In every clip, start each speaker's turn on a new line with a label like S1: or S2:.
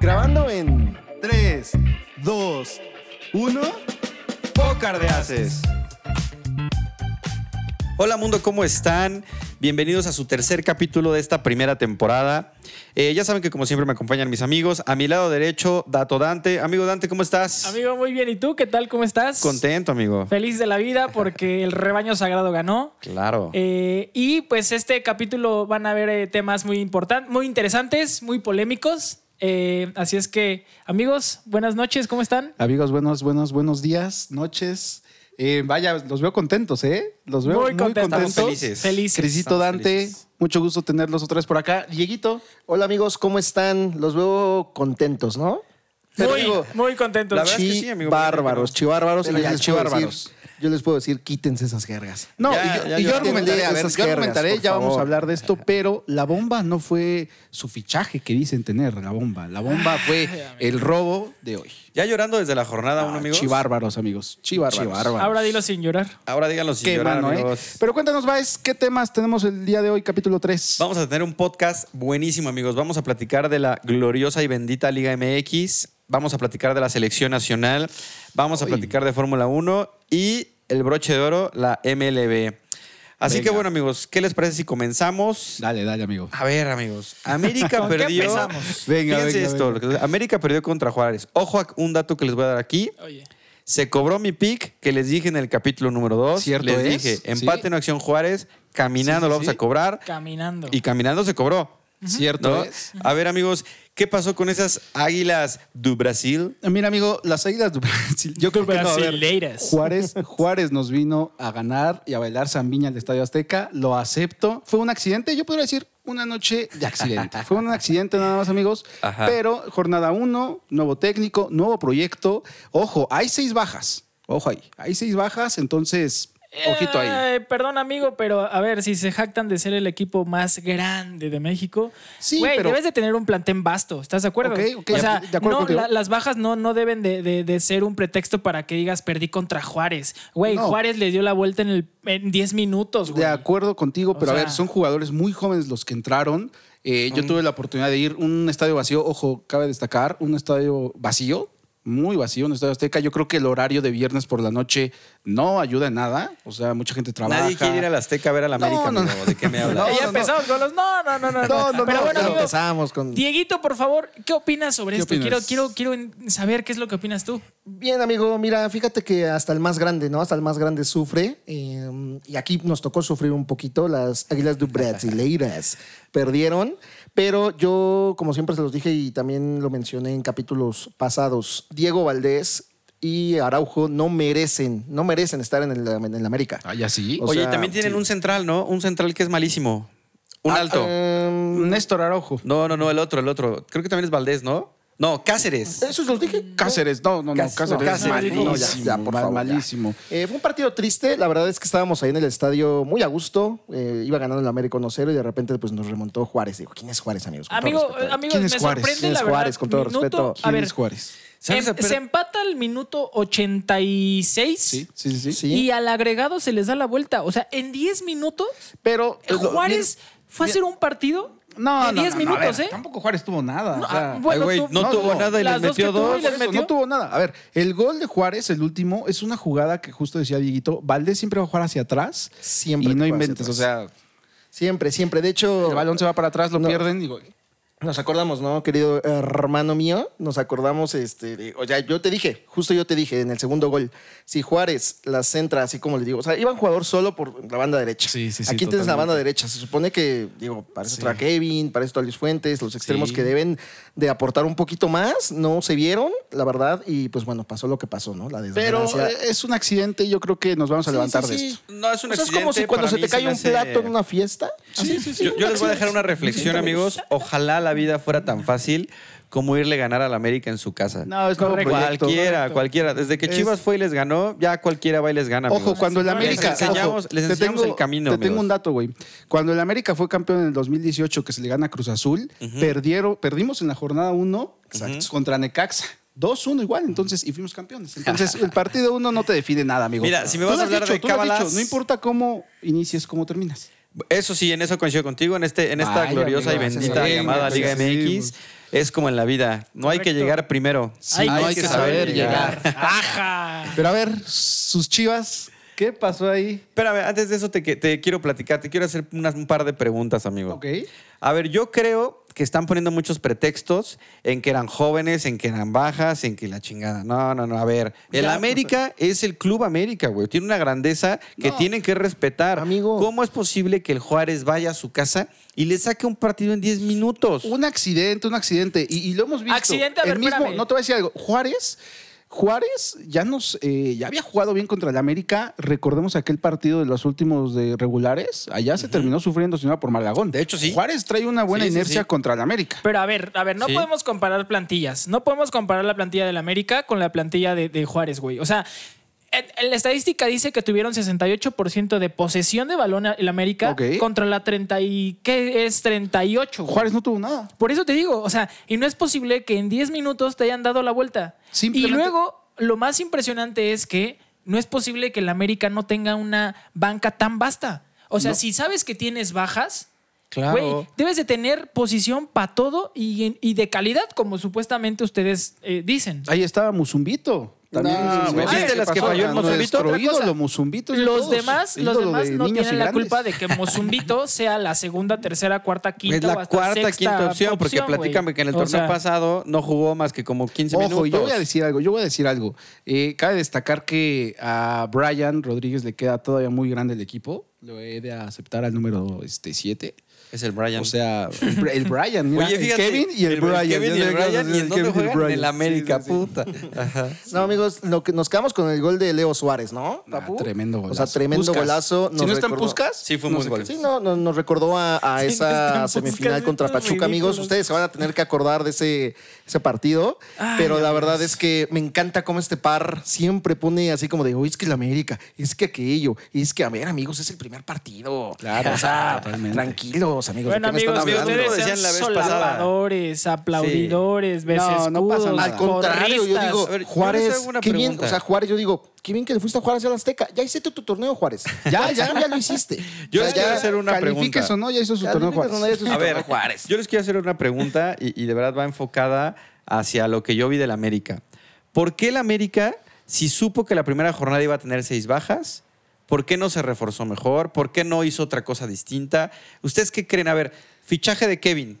S1: Grabando en 3, 2, 1. Pócar de Haces.
S2: Hola mundo, ¿cómo están? Bienvenidos a su tercer capítulo de esta primera temporada. Eh, ya saben que como siempre me acompañan mis amigos. A mi lado derecho, Dato Dante. Amigo Dante, ¿cómo estás?
S3: Amigo, muy bien. ¿Y tú? ¿Qué tal? ¿Cómo estás?
S2: Contento, amigo.
S3: Feliz de la vida porque el rebaño sagrado ganó.
S2: Claro.
S3: Eh, y pues este capítulo van a ver eh, temas muy importantes, muy interesantes, muy polémicos. Eh, así es que, amigos, buenas noches, ¿cómo están?
S1: Amigos, buenos, buenos, buenos días, noches. Eh, vaya, los veo contentos, ¿eh? Los veo muy,
S3: contentos.
S1: contentos.
S2: Estamos felices.
S3: Felices.
S1: Crisito
S2: Estamos
S1: Dante,
S2: felices.
S1: mucho gusto tenerlos otra vez por acá. Dieguito,
S4: Hola amigos, ¿cómo están? Los veo contentos, ¿no?
S3: Muy,
S4: digo,
S3: muy contentos.
S2: la verdad es que
S4: chi
S2: sí, amigo,
S4: bárbaros,
S2: pero-
S4: chi bárbaros.
S1: pero
S4: y yo
S1: ya,
S4: les puedo
S1: chibárbaros.
S4: decir- yo les puedo decir, quítense esas jergas.
S1: No,
S2: Ya,
S1: y yo,
S2: ya
S1: y yo
S2: yo-
S1: argumentaré, a ver,
S4: Esas
S1: yo
S4: jergas,
S1: argumentaré,
S4: por
S1: ya vamos a
S4: favor.
S1: hablar de esto, pero la bomba no fue su fichaje que dicen tener, la bomba. La bomba fue el robo de hoy.
S2: Ya llorando desde la jornada,
S1: Ah,
S2: uno, amigos.
S1: Chivárbaros, amigos. Chivárbaros.
S3: Ahora dilo sin llorar.
S2: Ahora díganlo sin
S1: Qué
S2: llorar,
S1: mano, ¿eh?
S2: amigos.
S1: Pero cuéntanos, Baez, ¿qué temas tenemos el día de hoy, capítulo 3?
S2: Vamos a tener un podcast buenísimo, amigos. Vamos a platicar de la gloriosa y bendita Liga MX. Vamos a platicar de la selección nacional. Vamos a platicar de Fórmula 1 y el broche de oro, la MLB. Así
S1: Venga.
S2: que bueno, amigos, ¿qué les parece si comenzamos?
S1: Dale, dale, amigo.
S2: A ver, amigos. América
S3: ¿Con qué
S2: perdió.
S3: empezamos?
S1: Venga,
S2: Fíjense
S1: venga,
S2: esto.
S1: venga.
S2: lo que- América perdió contra Juárez. Ojo a un dato que les voy a dar aquí.
S3: Oye.
S2: Se cobró mi pick que les dije en el capítulo número 2.
S1: Cierto
S2: Les
S1: es,
S2: dije,
S1: sí.
S2: empate en acción Juárez, caminando
S1: Sí, sí,
S2: lo vamos
S1: sí.
S2: a cobrar.
S3: Caminando.
S2: Y caminando se cobró.
S1: Cierto
S2: ¿no?
S1: es.
S2: A ver, amigos, ¿qué pasó con esas águilas do Brasil?
S1: Mira, amigo, las águilas de Brasil. Yo creo que no, a ver.
S3: Brasileiras.
S1: Juárez, Juárez nos vino a ganar y a bailar Zambiña al Estadio Azteca. Lo acepto. Fue un accidente, yo podría decir una noche de accidente. Fue un accidente nada más, amigos.
S2: Ajá.
S1: Pero jornada 1, nuevo técnico, nuevo proyecto. Ojo, hay seis bajas. Ojo ahí. Hay seis bajas, entonces, ojito ahí.
S3: Eh, perdón, amigo, pero a ver, si se jactan de ser el equipo más grande de México,
S1: Sí,
S3: güey,
S1: pero-
S3: debes de tener un plantel vasto, ¿estás de acuerdo?
S1: Ok, ok,
S3: o sea,
S1: de acuerdo
S3: no,
S1: contigo.
S3: la- las bajas no, no deben de, de- de ser un pretexto para que digas perdí contra Juárez. Güey,
S1: No.
S3: Juárez le dio la vuelta en el- en 10 minutos, güey.
S1: De acuerdo contigo,
S3: O
S1: pero a
S3: sea-
S1: ver, son jugadores muy jóvenes los que entraron. Eh, yo tuve la oportunidad de ir a un estadio vacío, ojo, cabe destacar, un estadio vacío, muy vacío, un estadio azteca. Yo creo que el horario de viernes por la noche no ayuda en nada. O sea, mucha gente trabaja.
S2: Nadie quiere ir a la Azteca a ver a la
S1: No,
S2: América,
S1: no,
S2: amigo.
S1: no.
S2: ¿De qué me hablas?
S1: No,
S3: Ya
S1: no,
S3: empezamos con los. No, no, no, no.
S1: No, no,
S3: pero
S1: no,
S3: bueno,
S1: ya
S3: amigo,
S4: empezamos con-
S3: Dieguito, por favor, ¿qué opinas sobre
S1: ¿Qué
S3: esto?
S1: opinas?
S3: Quiero, quiero, quiero saber qué es lo que opinas tú.
S4: Bien, amigo, mira, fíjate que hasta el más grande, ¿no? Hasta el más grande sufre. eh, y aquí nos tocó sufrir un poquito las Águilas de Brasileiras. Perdieron, pero yo, como siempre se los dije y también lo mencioné en capítulos pasados, Diego Valdés y Araujo no merecen, no merecen estar en el, en el América.
S1: Ah, ya sí.
S4: O
S2: Oye,
S4: sea,
S2: también tienen
S4: sí.
S2: un central, ¿no? Un central que es malísimo. Un
S1: Ah,
S2: alto.
S4: Eh,
S1: Néstor Araujo.
S2: No, no, no, el otro, el otro. Creo que también es Valdés, ¿no? No, Cáceres.
S4: eso se los dije.
S1: Cáceres, no, no, no,
S2: Cáceres,
S1: Cáceres,
S2: no,
S1: es
S2: Cáceres,
S1: malísimo,
S2: no,
S4: ya, ya, por
S1: mal-
S4: favor, ya.
S1: malísimo.
S4: Eh, fue un partido triste, la verdad es que estábamos ahí en el estadio muy a gusto, eh, iba ganando el América 1-0 y de repente pues nos remontó Juárez. Digo, ¿quién es Juárez, amigos? Con todo
S3: Amigo,
S4: respeto, ¿eh?
S3: amigo,
S1: ¿Quién
S3: me
S1: es Juárez?
S3: sorprende
S4: ¿Quién
S3: la
S4: es
S3: verdad.
S4: Juárez? Con todo
S3: minuto-
S4: respeto,
S3: A
S1: ¿Quién
S3: ver,
S1: es Juárez?
S2: ¿Sabes?
S3: em-
S2: Pero-
S3: se empata al minuto 86
S1: Sí, sí, sí. sí.
S4: Sí.
S3: y al agregado se les da la vuelta. O sea, en 10 minutos,
S1: Pero
S3: eh, Juárez fue a hacer un partido
S1: No,
S3: de
S1: no,
S3: 10
S1: no, no, a
S3: minutos,
S1: ver,
S3: ¿eh?
S1: Tampoco Juárez tuvo nada.
S3: No,
S1: o sea,
S3: ah, bueno,
S2: güey,
S3: tú-
S2: no tuvo nada y
S3: las
S2: les
S3: dos que
S2: metió
S3: tuvo
S2: dos.
S3: y les
S1: Por eso,
S3: metió.
S1: No tuvo nada. A ver, el gol de Juárez, el último, es una jugada que justo decía Dieguito, Valdés siempre va a jugar hacia atrás.
S4: Siempre
S1: Y no
S4: juega hacia
S1: inventes, o sea,
S4: Siempre, siempre. De hecho,
S1: el balón se va para atrás, lo
S4: No.
S1: pierden y digo,
S4: Nos acordamos, ¿no, querido hermano mío? Nos acordamos, este, de- o sea, yo te dije, justo yo te dije en el segundo gol, si Juárez la centra, así como le digo, o sea, iba un jugador solo por la banda derecha.
S1: Sí, sí, sí,
S4: Aquí tienes la
S1: totalmente.
S4: banda derecha. Se supone que, digo, para eso está Kevin, para esto a Luis Fuentes, los extremos
S1: Sí.
S4: que deben de aportar un poquito más, no se vieron, la verdad, y pues bueno, pasó lo que pasó, ¿no? La
S1: Pero
S4: desgracia.
S1: eh, es un accidente y yo creo que nos vamos a
S4: Sí,
S1: levantar
S4: sí,
S1: de
S4: sí.
S1: esto.
S2: No, es un
S4: O sea,
S2: accidente,
S4: como si cuando
S2: para
S4: se
S2: mí
S4: te cae
S2: me
S4: un
S2: hace-
S4: plato en una fiesta.
S2: Yo, yo les voy a dejar una reflexión, amigos. Ojalá la vida fuera tan fácil como irle a ganar al América en su casa.
S1: No, es nuevo proyecto.
S2: cualquiera, cualquiera. Desde que Chivas fue y les ganó, ya cualquiera va y les gana.
S1: Ojo,
S2: amigos.
S1: cuando el
S3: Les
S1: América.
S2: enseñamos-
S1: ojo,
S2: les
S1: te
S2: enseñamos
S1: tengo-
S2: el camino,
S1: Te
S2: amigos.
S1: tengo un dato, güey. Cuando el América fue campeón en el 2018, que se le gana a Cruz Azul, perdieron, perdimos en la jornada 1 contra Necaxa. 2-1 igual, entonces, y fuimos campeones. Entonces, el partido 1 no te define nada, amigo.
S2: Mira, si me
S1: Tú
S2: vas
S1: lo
S2: a
S1: has
S2: hablar
S1: dicho,
S2: de
S1: tú lo has
S2: cábalas-
S1: dicho, No importa cómo inicies, cómo terminas.
S2: Eso sí, en eso coincido contigo, en, este, en esta
S1: Vaya,
S2: gloriosa
S1: amigo,
S2: y
S1: sí,
S2: bendita
S1: venga,
S2: llamada
S1: sí,
S2: Liga
S1: sí,
S2: MX. Es como en la vida, no hay que
S3: Correcto.
S2: llegar primero.
S1: Ay,
S3: no,
S1: hay
S3: hay
S1: que
S3: que
S1: saber llegar.
S3: Ajá.
S1: Pero a ver, sus chivas, ¿qué pasó ahí?
S2: Espérame, antes de eso te, que- te quiero platicar, te quiero hacer unas, un par de preguntas, amigo.
S1: Ok.
S2: A ver, yo creo que están poniendo muchos pretextos en que eran jóvenes, en que eran bajas, en que la chingada. No, no, no. A ver, el América es el Club América, güey. Tiene una grandeza que tienen que respetar.
S4: Amigo.
S2: ¿Cómo es posible que el Juárez vaya a su casa y le saque un partido en 10 minutos?
S1: Un accidente, un accidente. Y, y lo hemos visto.
S3: Accidente, a ver,
S1: El mismo,
S3: espérame.
S1: no te voy a decir algo. Juárez, Juárez ya nos eh, ya había jugado bien contra el América. Recordemos aquel partido de los últimos de regulares. Allá se terminó sufriendo, señora, por Malagón.
S2: De hecho, sí.
S1: Juárez trae una buena
S2: Sí, sí,
S1: inercia
S2: sí.
S1: contra el América.
S3: Pero a ver, a ver, no
S2: Sí.
S3: podemos comparar plantillas. No podemos comparar la plantilla del América con la plantilla de, de Juárez, güey. O sea, en- en la estadística dice que tuvieron 68% de posesión de balón el América
S1: Ok.
S3: contra la 30 y ¿qué es 38? güey.
S1: Juárez no tuvo nada.
S3: Por eso te digo, o sea, y no es posible que en 10 minutos te hayan dado la vuelta. Y
S1: Simplemente-
S3: luego, lo más impresionante es que no es posible que el América no tenga una banca tan vasta. O sea, si sabes que tienes bajas, güey, debes de tener posición para todo y, en- y de calidad, como supuestamente ustedes eh, dicen.
S1: Ahí estaba Musumbito. También
S2: No, güey.
S1: ¿Viste
S2: ¿Viste las que falló el Musumbito?
S1: Nuestro
S2: Otra
S1: ídolo, Musumbito. es de
S3: Los
S1: todos.
S3: demás, los
S1: Ídolo
S3: demás
S1: de
S3: no
S1: niños y
S3: tienen la
S1: grandes.
S3: culpa de que Mozumbito sea la segunda, tercera, cuarta, quinta.
S2: es
S3: o
S2: la
S3: hasta
S2: cuarta,
S3: sexta
S2: quinta opción, porque
S3: güey.
S2: platícame que en el
S3: O
S2: torneo
S3: sea,
S2: pasado no jugó más que como 15
S1: Ojo,
S2: minutos.
S1: yo voy a decir algo, yo voy a decir algo. Eh, cabe destacar que a Brian Rodríguez le queda todavía muy grande el equipo. Lo he de aceptar al número 7.
S2: Es el Brian.
S1: o sea, el Brian, mira,
S2: Oye, fíjate,
S1: el Kevin y el, Brian.
S2: Kevin y el Brian, ¿y en dónde juegan? En el América,
S1: puta.
S2: puta. Ajá.
S4: No, amigos, lo que nos quedamos con el gol de Leo Suárez, ¿no?
S3: Ah,
S4: Papu?
S1: tremendo golazo.
S4: O sea, tremendo
S1: Puskás.
S4: golazo.
S1: Si no está en
S4: recordó-
S1: Puskás,
S2: Sí, fue un buen gol.
S4: Sí, no, no- nos recordó a, a
S3: Sí, no
S4: esa
S3: está en Puskás,
S4: semifinal
S3: es
S4: contra
S3: tan
S4: Pachuca,
S3: ridículo.
S4: amigos. Ustedes se van a tener que acordar de ese, ese partido.
S3: Ay,
S4: pero la
S3: Dios.
S4: verdad es que me encanta cómo este par siempre pone así como de, "Uy, es que la América, es que aquello, es que, a ver, amigos, es el primer partido.
S1: Claro,
S4: o sea,
S1: totalmente.
S4: tranquilos, amigos.
S3: Bueno,
S4: ¿de qué me
S3: amigos,
S4: están
S2: amigos,
S4: hablando?
S3: ustedes
S2: Lo
S3: sean
S2: decían la vez
S3: solapadores, aplaudidores,
S1: No, no pasa
S3: besescudos,
S1: nada.
S4: Al contrario, yo
S3: porristas.
S4: digo,
S2: A ver, yo les
S4: Juárez,
S2: hago una
S4: qué bien,
S2: pregunta.
S4: o sea, Juárez, yo digo, qué bien que le fuiste a Juárez a la Azteca. Ya hiciste tu torneo, Juárez. Ya, ya, ya lo hiciste.
S2: Yo
S4: O sea,
S2: les quiero
S4: ya-
S2: hacer una
S1: Califiques
S2: pregunta.
S1: o no, ya hizo su
S4: ya
S1: torneo
S4: Olímpicos no
S1: Juárez.
S4: es su
S2: A ver,
S4: torneo Juárez.
S2: yo les quiero hacer una pregunta y, y de verdad va enfocada hacia lo que yo vi del América. ¿Por qué el América, si supo que la primera jornada iba a tener seis bajas, por qué no se reforzó mejor? ¿Por qué no hizo otra cosa distinta? ¿Ustedes qué creen? A ver, fichaje de Kevin.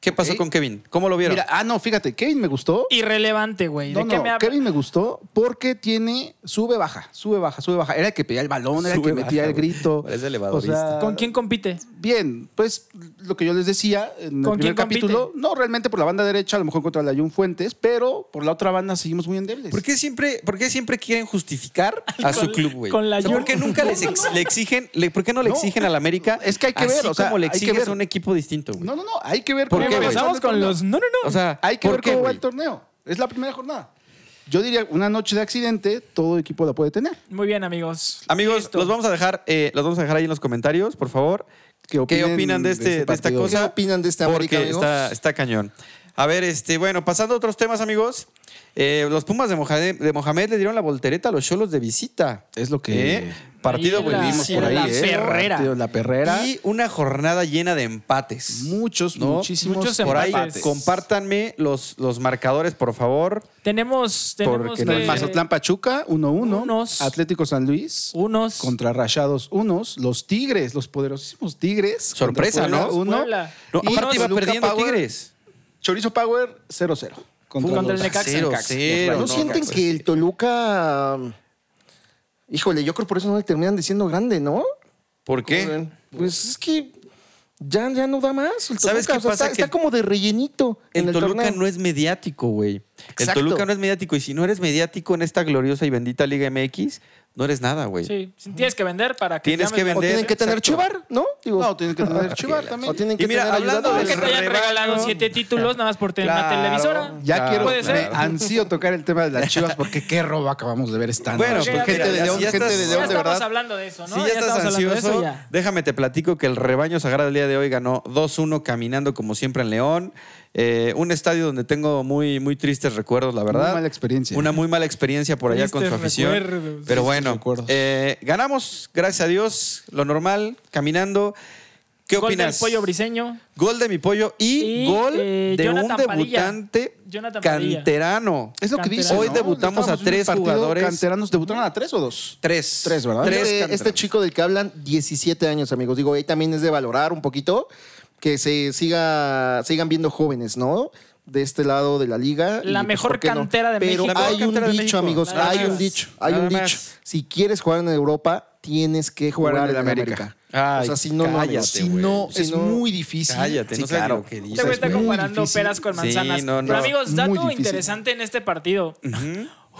S2: ¿Qué pasó
S1: Ok.
S2: con Kevin? ¿Cómo lo vieron?
S1: Mira, ah, no, fíjate, Kevin me gustó.
S3: Irrelevante, güey. ¿De
S1: No,
S3: qué
S1: no,
S3: me hablas?
S1: Kevin me gustó porque tiene sube baja, sube baja, sube baja. Era el que pedía el balón, era el
S2: Sube,
S1: que metía
S2: baja,
S1: el grito.
S2: güey. Parece
S1: O
S2: elevadorista.
S1: sea,
S3: ¿Con quién compite?
S1: Bien, pues lo que yo les decía en el
S3: ¿Con
S1: primer
S3: quién compite?
S1: capítulo, no realmente por la banda derecha, a lo mejor contra la Jun Fuentes, pero por la otra banda seguimos muy endebles.
S2: ¿Por qué siempre, por qué siempre quieren justificar a su
S3: Con-
S2: club, güey?
S3: con la
S2: O sea, ¿Por
S3: Jun-
S2: qué nunca les ex- le exigen, le- por qué no le
S1: No.
S2: exigen al América?
S1: Es que hay que
S2: así
S1: ver, o sea,
S2: como le
S1: hay que
S2: exiges
S1: ver.
S2: a un equipo distinto, güey.
S1: No, no, no, hay que ver
S2: ¿Por qué, güey?
S3: Empezamos
S1: va el
S3: con
S1: torneo.
S3: los. No, no, no.
S2: O sea,
S1: Hay que
S2: ¿por
S1: ver
S2: qué,
S1: cómo va
S2: güey?
S1: el torneo. Es la primera jornada. Yo diría, una noche de accidente, todo equipo la puede tener.
S3: Muy bien, amigos.
S2: Amigos,
S3: Listo.
S2: los vamos a dejar, eh, los vamos a dejar ahí en los comentarios, por favor.
S1: ¿Qué
S2: ¿Qué
S1: opinan
S2: opinan de,
S1: de
S2: este,
S1: este
S2: de esta
S1: partido?
S2: cosa?
S4: ¿Qué opinan de este América,
S2: Porque
S4: amigos?
S2: está, está cañón. A ver, este, bueno, pasando a otros temas, amigos. Eh, los Pumas de Mohamed, de Mohamed le dieron la voltereta a los Cholos de visita.
S1: Es lo que-
S2: ¿Eh? Partido
S3: Ahí la-
S2: buenísimo
S3: sí,
S2: por ahí,
S3: la
S2: ¿eh?
S3: perrera.
S1: Partido de La perrera.
S2: Y una jornada llena de empates.
S1: muchos,
S2: ¿no?
S1: muchísimos.
S3: Muchos
S2: Por ahí,
S3: empates.
S2: compártanme los, los marcadores, por favor.
S3: Tenemos, tenemos
S2: Porque no
S3: que-
S2: Eh,
S1: Mazatlán Pachuca, 1-1.
S3: Unos.
S1: Atlético San Luis.
S3: Unos.
S1: Contra Rayados, unos. Los Tigres, los poderosísimos Tigres.
S2: Sorpresa,
S1: contra
S2: ¿no?
S1: Uno.
S3: Puebla.
S2: No,
S1: Y
S2: aparte iba
S1: Toluca
S2: perdiendo
S1: Power,
S2: Tigres.
S1: Chorizo Power, 0-0. Contra,
S3: Contra
S1: los-
S3: el Necaxa.
S2: Cero,
S3: Necaxa.
S2: cero,
S4: ¿No, sienten
S2: Necaxa.
S4: que el Toluca... um, Híjole, yo creo por eso no le terminan diciendo grande, ¿no?
S2: ¿Por qué?
S4: Pues, Pues es que ya, ya no da más. el
S2: ¿Sabes
S4: Toluca,
S2: qué
S4: o sea,
S2: pasa?
S4: Está,
S2: Que
S4: está como de rellenito en
S2: El
S4: el
S2: Toluca
S4: torneo.
S2: no es mediático, güey. El
S4: Exacto.
S2: Toluca no es mediático. Y si no eres mediático en esta gloriosa y bendita Liga MX, no eres nada, güey.
S3: Sí, sí, tienes que vender para que
S2: Tienes
S3: llamen-
S2: que
S4: O
S2: vender.
S4: tienen que tener
S2: Exacto.
S4: Chivar, ¿no? Digo,
S1: No, tienen que tener Chivar también.
S4: o tienen
S2: Y
S4: que
S2: mira,
S4: tener
S2: hablando
S4: ayuda
S3: O
S4: de-
S3: que te hayan
S2: Rebaño.
S3: regalado siete títulos nada más por tener una
S2: Claro.
S3: televisora.
S1: Ya
S2: Claro,
S1: quiero,
S3: Puede ser.
S1: me ah, ansío tocar el tema de las chivas porque qué robo acabamos de ver esta
S2: Bueno, pues,
S1: noche.
S3: porque
S1: gente de
S3: ya-
S1: León,
S2: ya
S1: gente
S2: estás-
S1: de
S3: Ya
S1: León, de
S3: estamos
S1: verdad.
S3: hablando de eso, ¿no?
S2: si ya, estás
S3: estamos hablando de
S2: ansioso,
S3: eso, ya.
S2: déjame te platico que el rebaño sagrado el día de hoy ganó 2-1 caminando como siempre en León. Eh, un estadio donde tengo muy, muy tristes recuerdos, la verdad.
S1: mala experiencia.
S2: Una muy mala experiencia por allá con su
S3: Tristes
S2: afición.
S3: recuerdos.
S2: Pero
S1: Tristes
S2: bueno,
S1: recuerdos.
S2: eh, ganamos, gracias a Dios, lo normal, caminando. ¿Qué
S3: Gol del
S2: opinas?
S3: pollo briseño.
S2: Gol de mi pollo y,
S3: Y,
S2: gol
S3: eh,
S2: de un
S3: Jonathan Padilla.
S2: debutante
S3: Jonathan Padilla.
S2: canterano.
S1: Es lo que dice.
S3: Hoy
S1: ¿no?
S2: debutamos a
S1: Estábamos en un
S2: tres
S1: partido,
S2: jugadores.
S1: Canteranos debutaron a tres o dos.
S2: Tres.
S1: Tres, ¿verdad?
S2: Tres
S4: Este- este
S2: canteranos.
S4: chico del que hablan, 17 años, amigos. Digo, ahí también es de valorar un poquito que se siga, sigan viendo jóvenes, ¿no? De este lado de la liga.
S3: La
S4: Y, pues,
S3: mejor
S4: ¿por qué
S3: cantera de
S4: Pero
S3: México.
S4: hay
S2: La
S4: un
S2: mejor cantera de
S4: dicho,
S2: México.
S4: amigos,
S3: Nada
S4: hay
S3: más.
S4: un dicho, hay
S2: Nada
S4: un dicho.
S2: más.
S4: Si quieres jugar en Europa, tienes que
S1: Jugar
S4: jugar,
S1: en
S4: en
S1: el
S4: América.
S2: Ay,
S4: o sea, si no, no,
S2: cállate,
S4: amigos.
S1: Si
S2: güey.
S1: no,
S4: Si
S1: es
S4: no-
S1: muy difícil.
S2: Cállate,
S1: Sí,
S2: no sé
S1: claro.
S2: lo que
S3: Este güey
S2: dices,
S3: está
S2: güey.
S3: comparando
S1: difícil.
S3: peras con
S2: Sí,
S3: manzanas.
S2: no, no.
S3: Pero amigos,
S1: Muy
S3: dato
S1: difícil.
S3: interesante en este partido.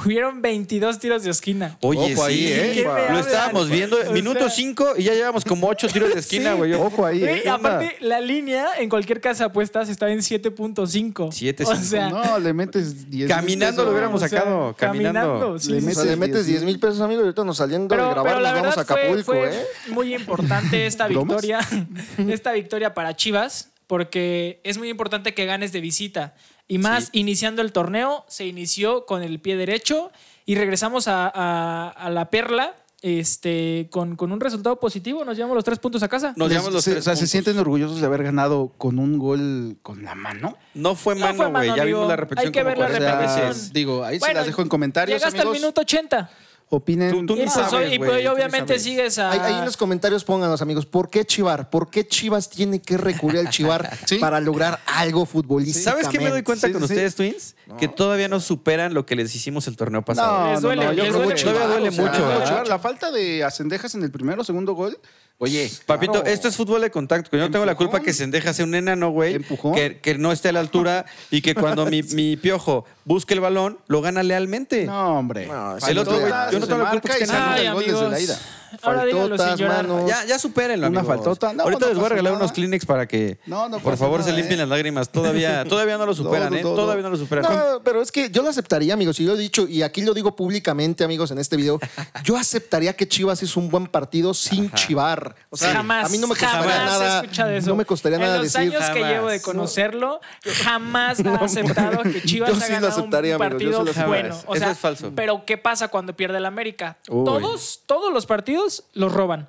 S3: Hubieron 22 tiros de esquina.
S2: Oye,
S1: Ojo ahí,
S2: sí,
S1: ¿eh?
S2: ¿Qué
S1: me
S2: lo
S3: hablan?
S2: estábamos viendo.
S3: O sea-
S2: minuto 5 y ya llevamos como 8 tiros de esquina, güey.
S1: Ojo ahí.
S3: Güey,
S1: ¿eh?
S3: aparte, la línea en cualquier casa de apuestas está en 7.5.
S2: 7.5.
S3: O sea,
S1: No, le metes 10
S2: Caminando lo hubiéramos
S3: o sea,
S2: sacado. Caminando.
S3: caminando, sí,
S4: O
S1: Le
S3: sí,
S4: sea,
S3: sí.
S1: metes
S4: le metes
S1: 10,000.
S4: 10 mil pesos, amigos, y ahorita nos saliendo de
S3: Pero,
S4: grabar,
S3: pero la
S4: nos
S3: verdad
S4: vamos a Acapulco,
S3: fue,
S4: ¿eh?
S3: fue muy importante esta
S1: ¿Bromas?
S3: victoria, esta victoria para Chivas, porque es muy importante que ganes de visita. Y más,
S2: Sí.
S3: iniciando el torneo, se inició con el pie derecho y regresamos a, a- a la perla este, con, con un resultado positivo. Nos llevamos los tres puntos a casa.
S2: Nos
S1: Les-
S2: llevamos los
S1: se-
S2: tres
S1: o sea, se
S2: puntos.
S1: sienten orgullosos de haber ganado con un gol con la mano.
S2: No fue
S3: No fue
S2: mano, güey.
S3: mano,
S2: Ya
S3: amigo.
S2: vimos la repetición.
S3: Hay que ver
S2: como
S3: la
S1: O sea,
S2: 40 veces.
S3: repetición.
S1: Digo, ahí se
S3: Bueno,
S1: las dejo en comentarios,
S3: Llegaste
S1: amigos.
S3: al minuto 80.
S1: Opinen. Ah,
S2: Tú- tú
S3: y
S2: ni
S3: pues
S2: sabes,
S3: hoy- y
S2: güey,
S3: pues
S2: tú ni
S3: obviamente
S2: sabes.
S3: sigues a...
S4: Ahí, ahí en los comentarios pónganos, amigos, ¿por qué Chivar? ¿Por qué Chivas tiene que recurrir al Chivar
S1: Sí.
S4: para lograr algo futbolístico?
S2: ¿Sabes qué me doy cuenta
S1: Sí,
S2: con
S1: sí, sí.
S2: ustedes, Twins? Que todavía no superan lo que les hicimos el torneo pasado.
S3: Les duele,
S1: yo
S3: les
S1: creo
S3: duele.
S1: que
S3: Todavía
S1: Chivar,
S2: duele
S1: o sea,
S2: mucho,
S1: Chivar,
S2: ¿verdad?
S1: La falta de Acendejas en el primero o segundo gol. Oye,
S2: Papito,
S1: claro.
S2: esto es fútbol de contacto. que Yo no tengo la
S1: Empujón.
S2: culpa que Sendeja sea un enano, güey.
S1: Empujón.
S2: Que, que no esté a la altura y que cuando mi, mi piojo busque el balón, lo gana lealmente.
S1: No, hombre.
S4: No,
S2: el otro, güey, yo no tengo la culpa que
S1: que
S2: esté
S1: se
S2: enano.
S1: anula
S3: Ay,
S1: el gol desde la
S3: amigos.
S1: ida.
S3: Ahora díganlo sin
S4: Faltotas,
S3: llorar.
S4: mano.
S2: Ya, ya supérenlo,
S1: Una
S2: amigos.
S1: faltota. No,
S2: Ahorita
S1: no
S2: les voy a
S1: pasa
S2: regalar
S1: nada.
S2: unos Kleenex para que,
S1: No, no
S2: por
S1: pasa
S2: favor, se
S1: nada,
S2: limpien
S1: eh.
S2: las lágrimas. Todavía, todavía no lo superan,
S1: no,
S2: ¿eh?
S1: no,
S2: Todavía
S1: no.
S2: no lo superan.
S4: No, pero es que yo lo aceptaría, amigos. Y yo he dicho, y aquí lo digo públicamente, amigos, en este video, yo aceptaría que Chivas hizo un buen partido sin chivar. O sea,
S3: jamás,
S4: a mí no me
S3: jamás
S4: costaría
S3: se
S4: nada.
S3: escucha de eso.
S4: No me costaría
S3: en
S4: nada
S3: los
S4: decir.
S3: años que
S2: jamás.
S3: llevo de conocerlo, jamás ha aceptado que Chivas
S4: Yo
S3: ha
S4: sí lo
S3: ganado
S4: aceptaría,
S3: un
S4: amigo, yo sí
S3: partido
S4: lo
S2: aceptaría.
S3: bueno.
S2: Jamás.
S3: O
S2: Eso
S3: sea,
S2: es falso.
S3: Pero ¿qué pasa cuando pierde el América?
S2: Uy.
S3: Todos, todos los partidos los roban.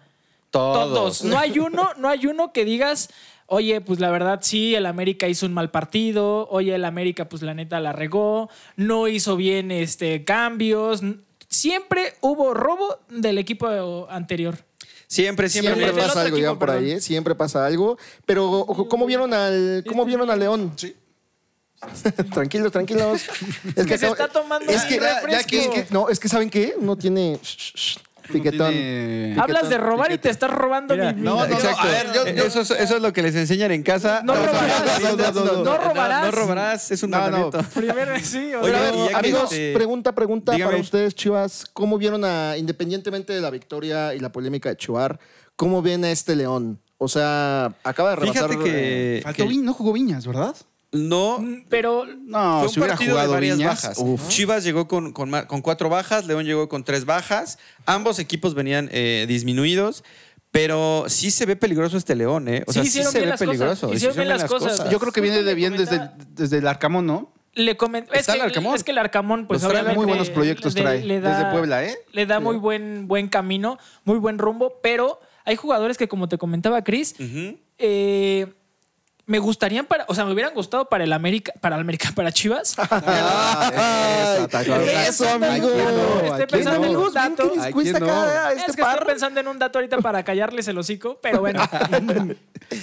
S2: Todos.
S3: Todos. No hay uno, no hay uno que digas. Oye, pues la verdad sí, el América hizo un mal partido. Oye, el América, pues la neta la regó. No hizo bien este, cambios. Siempre hubo robo del equipo anterior.
S2: Siempre, siempre.
S4: Siempre,
S3: Del- del
S4: pasa
S3: otro
S4: algo,
S3: equipo,
S4: ya por ahí,
S3: perdón.
S4: ¿eh? siempre pasa algo. Pero, ojo, ¿cómo vieron al, cómo vieron a León? Sí. tranquilos, tranquilos. Es
S3: Que se
S4: acabo-
S3: está tomando
S4: es
S3: un
S4: que,
S3: refresco.
S4: ya que- es que- no, es que ¿saben qué? No tiene piquetón.
S1: tiene-
S3: Hablas de robar y te estás robando
S2: Mira,
S3: mi mi-
S1: No, no, no,
S2: exacto. Eh,
S1: a ver, yo- yo-
S2: eso, es, eso es lo que les enseñan en casa.
S3: No robarás. No robarás.
S2: No, robarás, es un
S1: No, no.
S2: mandamiento.
S3: Primero sí, o
S2: Oye,
S3: sea,
S4: Pero,
S2: y ya que,
S4: amigos,
S2: este,
S4: pregunta, pregunta
S2: dígame.
S4: para ustedes, Chivas. ¿Cómo vieron a, independientemente de la victoria y la polémica de Chuar, cómo ven a este León? O sea, acaba de rebasar.
S2: Fíjate
S4: eh,
S2: que,
S1: Faltó
S2: que
S1: Viñas, no jugó Viñas, ¿verdad?
S3: Mm,
S2: no
S3: pero
S1: No,
S2: Fue
S1: si
S2: un
S1: hubiera
S2: partido de
S1: jugado
S2: varias
S1: Viñas.
S2: bajas.
S1: uf.
S2: Chivas llegó con, con ma- con cuatro bajas, León llegó con tres bajas. Ambos equipos venían eh, disminuidos, Pero sí se ve peligroso este León, ¿eh? O
S3: Sí,
S2: sea, sí
S3: hicieron
S2: se
S3: bien
S2: ve
S3: las cosas.
S2: peligroso.
S3: Hicieron bien las cosas.
S1: Yo creo que viene
S3: Justo
S1: de
S3: le
S1: bien desde,
S3: comentaba-
S1: desde el Arcamón, ¿no?
S3: Le comen- es,
S2: Está
S3: que,
S2: el Arcamón.
S3: es que el Arcamón, pues
S1: Los trae,
S3: obviamente,
S1: muy buenos proyectos
S3: le-
S1: trae,
S3: le da-
S1: desde Puebla, ¿eh?
S3: Le da muy buen, buen camino, muy buen rumbo, pero hay jugadores que, como te comentaba Chris, eh, me gustarían para, o sea, me hubieran gustado para el América, para el América, para Chivas.
S4: Ah, Ay,
S1: está claro.
S4: eso, amigo.
S1: Aquí no,
S3: Estoy
S1: aquí
S3: pensando en
S1: no.
S3: un dato.
S4: ¿Qué les
S1: Aquí
S4: cuesta
S1: no.
S4: cada
S3: Es
S4: este
S3: que estoy
S4: par?
S3: pensando en un dato ahorita para callarles el hocico, pero bueno.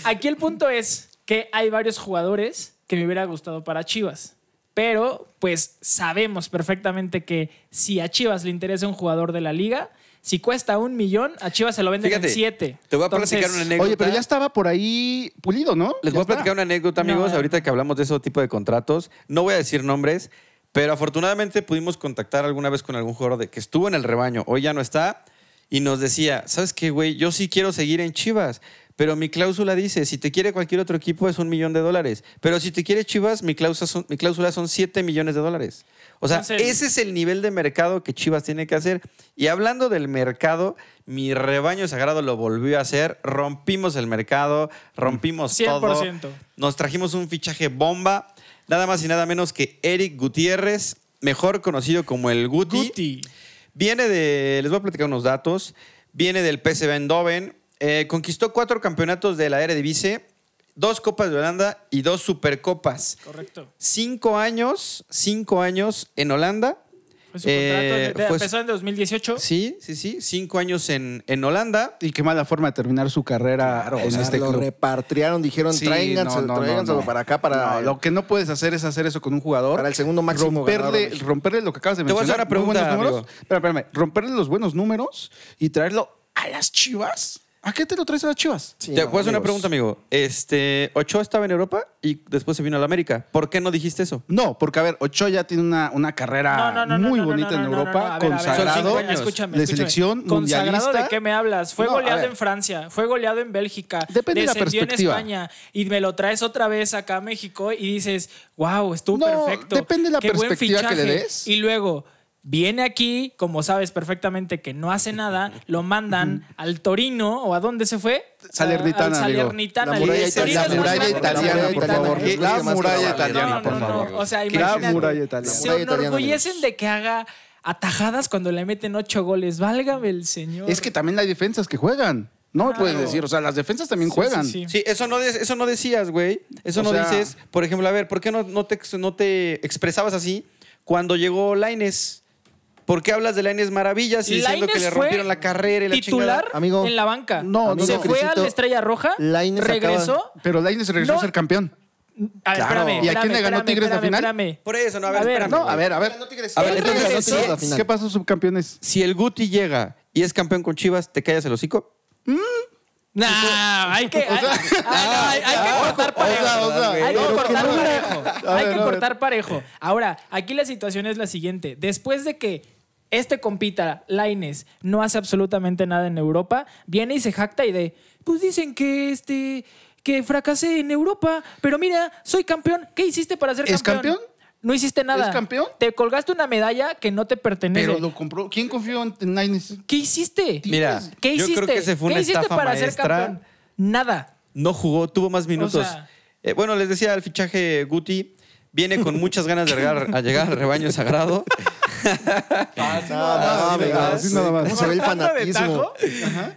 S3: Aquí el punto es que hay varios jugadores que me hubiera gustado para Chivas. Pero, pues, sabemos perfectamente que si a Chivas le interesa un jugador de la liga, si cuesta un millón, a Chivas se lo venden
S2: Fíjate,
S3: en siete.
S2: te voy a
S3: Entonces,
S2: platicar una anécdota.
S1: Oye, pero ya estaba por ahí pulido, ¿no?
S2: Les voy
S1: Ya
S2: a
S1: está.
S2: platicar una anécdota, amigos,
S3: No.
S2: ahorita que hablamos de ese tipo de contratos. No voy a decir nombres, pero afortunadamente pudimos contactar alguna vez con algún jugador de, que estuvo en el rebaño, hoy ya no está, y nos decía, ¿sabes qué, güey? Yo sí quiero seguir en Chivas, pero mi cláusula dice, si te quiere cualquier otro equipo es un millón de dólares, pero si te quiere Chivas, mi cláusula son, mi cláusula son 7 millones de dólares. O sea,
S3: Entonces-
S2: ese es el nivel de mercado que Chivas tiene que hacer. Y hablando del mercado, mi rebaño sagrado lo volvió a hacer. Rompimos el mercado, rompimos
S3: 100%.
S2: todo. Nos trajimos un fichaje bomba, nada más y nada menos que Eric Gutiérrez, mejor conocido como el Guti.
S3: Guti.
S2: Viene de, les voy a platicar unos datos, viene del PSV Eindhoven, eh, conquistó cuatro campeonatos de la Eredivisie, dos Copas de Holanda y dos Supercopas.
S3: Correcto.
S2: Cinco años, cinco años en Holanda.
S3: Fue su
S2: Eh,
S3: contrato. de- de-
S2: fue-
S3: empezó en 2018.
S2: Sí, sí, sí, cinco años en, en Holanda.
S1: Y qué mala forma de terminar su carrera
S4: Claro,
S1: en
S4: o sea,
S1: este
S4: lo
S1: club.
S4: repatriaron, dijeron,
S1: Sí,
S4: tráiganselo,
S1: no, no, no,
S4: tráiganselo
S1: no.
S4: para acá, para...
S1: No, lo que no puedes hacer es hacer eso con un jugador.
S4: Para el segundo máximo ganador de
S1: Romperle,
S4: México.
S1: romperle lo que acabas de
S2: Te voy a
S1: mencionar.
S2: hacer una
S1: muy buenos
S2: pregunta,
S1: números.
S2: amigo.
S1: Espera, espérame. Romperle los buenos números y traerlo a las chivas. ¿A qué te lo traes a las chivas?
S4: Sí,
S2: Te
S4: no,
S2: voy a hacer una
S4: amigos.
S2: pregunta, amigo. Este, Ochoa estaba en Europa y después se vino a la América. ¿Por qué no dijiste eso?
S1: No, porque a ver, Ochoa ya tiene una, una carrera
S3: No, no, no, no,
S1: muy
S3: no, no,
S1: bonita
S3: no,
S1: en
S3: no, no,
S1: Europa,
S3: no, a ver, a ver,
S1: consagrado
S3: escúchame, escúchame,
S1: de
S3: escúchame.
S1: selección
S3: ¿Consagrado
S1: mundialista.
S3: de qué me hablas? Fue
S1: No, a
S3: goleado
S1: ver.
S3: en Francia, fue goleado en Bélgica,
S1: Depende de la
S3: descendió
S1: perspectiva.
S3: en España y me lo traes otra vez acá a México y dices, wow, estuvo
S1: No,
S3: perfecto.
S1: depende de la
S3: qué buen
S1: perspectiva que le
S3: fichaje".
S1: des.
S3: Y luego viene aquí, como sabes perfectamente que no hace nada, lo mandan al Torino o a dónde se fue?
S1: Salernitana,
S3: Al
S1: amigo.
S3: Salernitana.
S4: La
S3: El
S4: muralla
S3: Torino
S4: italiana,
S3: es más
S4: la muralla
S3: grande.
S4: italiana, por favor.
S1: ¿Qué?
S4: La muralla italiana,
S3: No, no, no. O sea,
S1: La
S3: imagínate.
S1: muralla italiana.
S3: Se
S4: La muralla italiana,
S3: enorgullecen
S4: amigos.
S3: de que haga atajadas cuando le meten ocho goles. Válgame el señor.
S1: Es que también hay defensas que juegan. No me puedes decir, o sea, las defensas también
S3: Sí,
S1: juegan.
S3: sí, sí.
S2: Sí, eso no, de- eso no decías, güey. Eso
S1: O
S2: no
S1: sea-
S2: dices. Por ejemplo, a ver, ¿por qué no, no, te, ex- no te expresabas así cuando llegó Laines? ¿Por qué hablas de Laines maravillas y diciendo
S3: Lainez
S2: que le
S3: fue
S2: rompieron la carrera y la
S3: titular
S2: chingada?
S4: Amigo,
S3: en la banca.
S1: no,
S4: amigo
S3: se fue a
S4: Crisito,
S3: la Estrella Roja,
S4: Lainez
S3: regresó.
S1: Pero Lainez regresó
S3: No.
S1: a ser campeón.
S3: A ver,
S1: Claro.
S3: espérame,
S1: ¿Y a quién
S3: espérame,
S1: le ganó
S3: espérame,
S1: Tigres la
S3: espérame,
S1: final?
S3: espérame.
S2: Por eso, no, a ver,
S3: A ver,
S2: espérame,
S1: No,
S2: güey.
S1: a ver, a ver.
S2: A ver,
S3: Él
S2: entonces,
S3: regresó.
S2: si,
S4: la final.
S1: ¿Qué pasó, subcampeones?
S2: si el Guti llega y es campeón con Chivas, ¿te callas el hocico?
S3: Nah, hay pues, que, hay, ah, no, hay- hay que cortar
S1: o sea,
S3: parejo.
S1: Ah, o sea,
S3: hay que
S1: pero que
S3: cortar
S1: no era-
S3: parejo.
S1: A
S3: Hay
S1: ver,
S3: que
S1: a ver.
S3: cortar parejo. Ahora, aquí la situación es la siguiente. Después de que este compita, Laines, no hace absolutamente nada en Europa, viene y se jacta y de, pues dicen que este, que fracasé en Europa, pero mira, soy campeón. ¿Qué hiciste para ser
S1: ¿Es
S3: campeón?
S1: campeón?
S3: No hiciste nada.
S1: ¿Es campeón?
S3: Te colgaste una medalla que no te pertenece.
S1: Pero lo compró. ¿Quién confió en en Lainez?
S3: ¿Qué hiciste?
S2: Mira,
S3: ¿Qué
S2: yo
S3: hiciste?
S2: creo que ese fue una
S3: ¿Qué hiciste
S2: estafa
S3: para ser
S2: maestra.
S3: campeón? Nada.
S2: No jugó, tuvo más minutos.
S3: sea-
S2: Eh, bueno, les decía, el fichaje Guti viene con muchas ganas de llegar, a llegar al rebaño sagrado.
S4: Ah,
S1: sí,
S4: amigos,
S1: así nada más.
S4: ¿Cómo se ve el
S3: Cortando de
S4: fanatismo?
S3: tajo.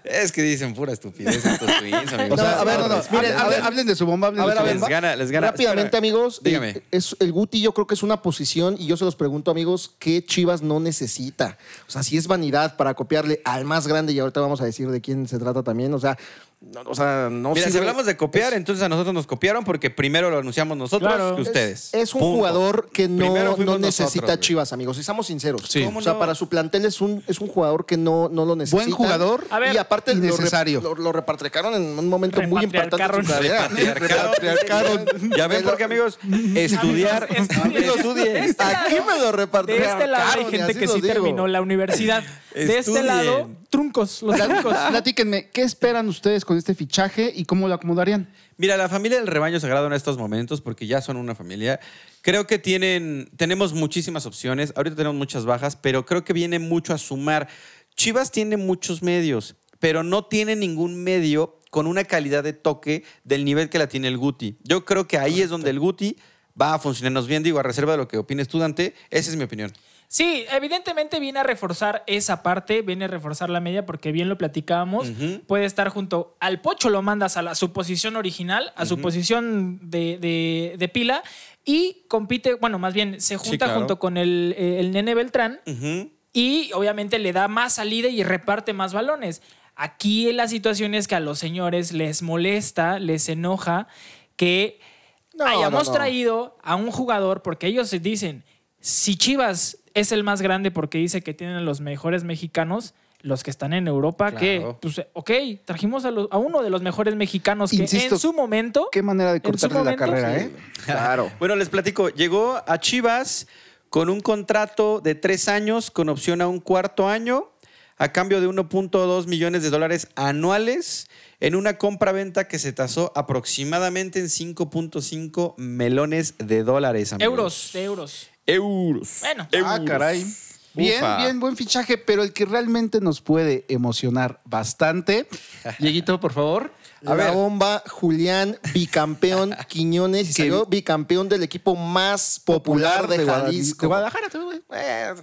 S2: Es que dicen pura estupidez estos tweets, amigos.
S1: O sea,
S4: No, a ver, no, no,
S1: hablen-
S4: miren, a ver.
S1: hablen de su bomba, hablen
S4: A
S1: de
S4: ver,
S1: su
S4: a ver,
S1: bomba.
S2: Les gana, les gana.
S4: Rápidamente,
S2: Espérame.
S4: amigos. eh,
S2: Dígame.
S4: es, el Guti yo creo que es una posición, y yo se los pregunto, amigos, ¿qué Chivas no necesita? O sea, si es vanidad para copiarle al más grande, y ahorita vamos a decir de quién se trata también, o sea, no, o sea, no
S2: Mira, si
S4: sirve-
S2: hablamos de copiar, entonces a nosotros nos copiaron porque primero lo anunciamos nosotros
S3: Claro.
S2: que ustedes.
S4: Es, es un
S2: Punto.
S4: jugador que
S2: Primero
S4: no,
S2: fuimos
S4: no necesita
S2: nosotros, güey.
S4: Chivas, amigos. Y seamos sinceros.
S1: Sí.
S4: O sea,
S2: no?
S4: para su plantel es un, es un jugador que no, no lo necesita.
S1: jugador
S3: A ver,
S4: y aparte
S1: y
S4: lo re-
S1: necesario.
S4: Lo, lo repatriaron en un momento muy importante de su carrera.
S2: Patriarcado. Ya ven porque, amigos, estudiar.
S3: Amigos, estudien.
S2: estudien.
S3: Este
S4: Aquí
S3: lado-
S4: me lo
S3: De
S4: repatriaron.
S3: este lado hay
S4: cabrón, y
S3: gente
S4: así
S3: que
S4: los
S3: sí
S4: digo.
S3: terminó la universidad. De este
S2: Estudien.
S3: lado, truncos, los truncos.
S1: Platíquenme, ¿qué esperan ustedes con este fichaje y cómo lo acomodarían?
S2: Mira, la familia del rebaño sagrado en estos momentos, porque ya son una familia, creo que tienen, tenemos muchísimas opciones. Ahorita tenemos muchas bajas, pero creo que viene mucho a sumar. Chivas tiene muchos medios, pero no tiene ningún medio con una calidad de toque del nivel que la tiene el Guti. Yo creo que ahí es donde el Guti va a funcionarnos bien, digo, a reserva de lo que opines tú, Dante, esa es mi opinión.
S3: Sí, evidentemente viene a reforzar esa parte, viene a reforzar la media, porque bien lo platicábamos. Puede estar junto al Pocho, lo mandas a, la- su posición original, a su posición de, de- de pila, y compite, bueno, más bien se junta
S2: claro.
S3: junto con el, eh, el nene Beltrán
S2: Ujú.
S3: y obviamente le da más salida y reparte más balones. Aquí la situación es que a los señores les molesta, les enoja que
S4: No,
S3: hayamos
S4: no, no.
S3: traído a un jugador porque ellos se dicen, si Chivas es el más grande porque dice que tienen a los mejores mexicanos, los que están en Europa, que,
S2: Claro.
S3: pues, ok, trajimos a, los- a uno de los mejores mexicanos que
S1: Insisto,
S3: en su momento...
S1: Qué manera de
S3: en su
S1: cortarle la
S3: momento,
S1: carrera,
S3: sí.
S1: ¿eh? Claro.
S2: Bueno, les platico, llegó a Chivas con un contrato de tres años con opción a un cuarto año a cambio de 1.2 millones de dólares anuales en una compra-venta que se tasó aproximadamente en 5.5 melones de dólares. amigos.
S3: Euros, de euros.
S2: Euros.
S3: Bueno.
S2: Euros.
S1: Ah, caray. Bien,
S2: Ufa.
S1: bien, buen fichaje, pero el que realmente nos puede emocionar bastante. Dieguito, por favor.
S4: La bomba, Julián, bicampeón Quiñones, y salió bicampeón del equipo más popular, de Jalisco.
S1: De Guadalajara, te voy.
S4: Eh,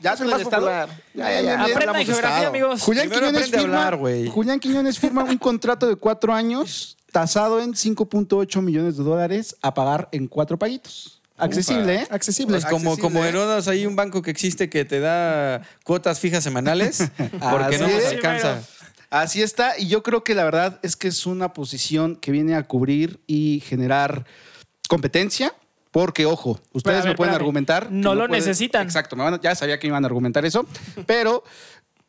S1: ¿Ya
S4: es
S1: se
S4: el
S1: lo
S4: más
S1: del estado?
S4: popular.
S1: Ya, ya, ya.
S4: Bien, bien,
S3: Aprendan
S4: hablamos
S3: geografía,
S4: estado.
S3: amigos.
S1: Eh, Julián
S2: Primero
S1: Quiñones,
S2: aprende a
S1: firma,
S2: hablar, güey.
S1: Julián Quiñones firma un contrato de cuatro años tasado en 5.8 millones de dólares a pagar en cuatro paguitos. Accesible, ¿eh?
S4: Accesible.
S2: Pues como,
S1: accesible,
S2: como
S1: ¿eh?
S2: en Odas hay un banco que existe que te da cuotas fijas semanales, porque no
S1: Así
S2: nos
S1: es.
S2: alcanza.
S1: Así está, y yo creo que la verdad es que es una posición que viene a cubrir y generar competencia, porque ojo, ustedes
S3: a ver,
S1: me pueden
S3: espérame.
S1: argumentar. que
S3: No lo
S1: pueden-
S3: necesitan.
S1: Exacto, me van a- ya sabía que me iban a argumentar eso, pero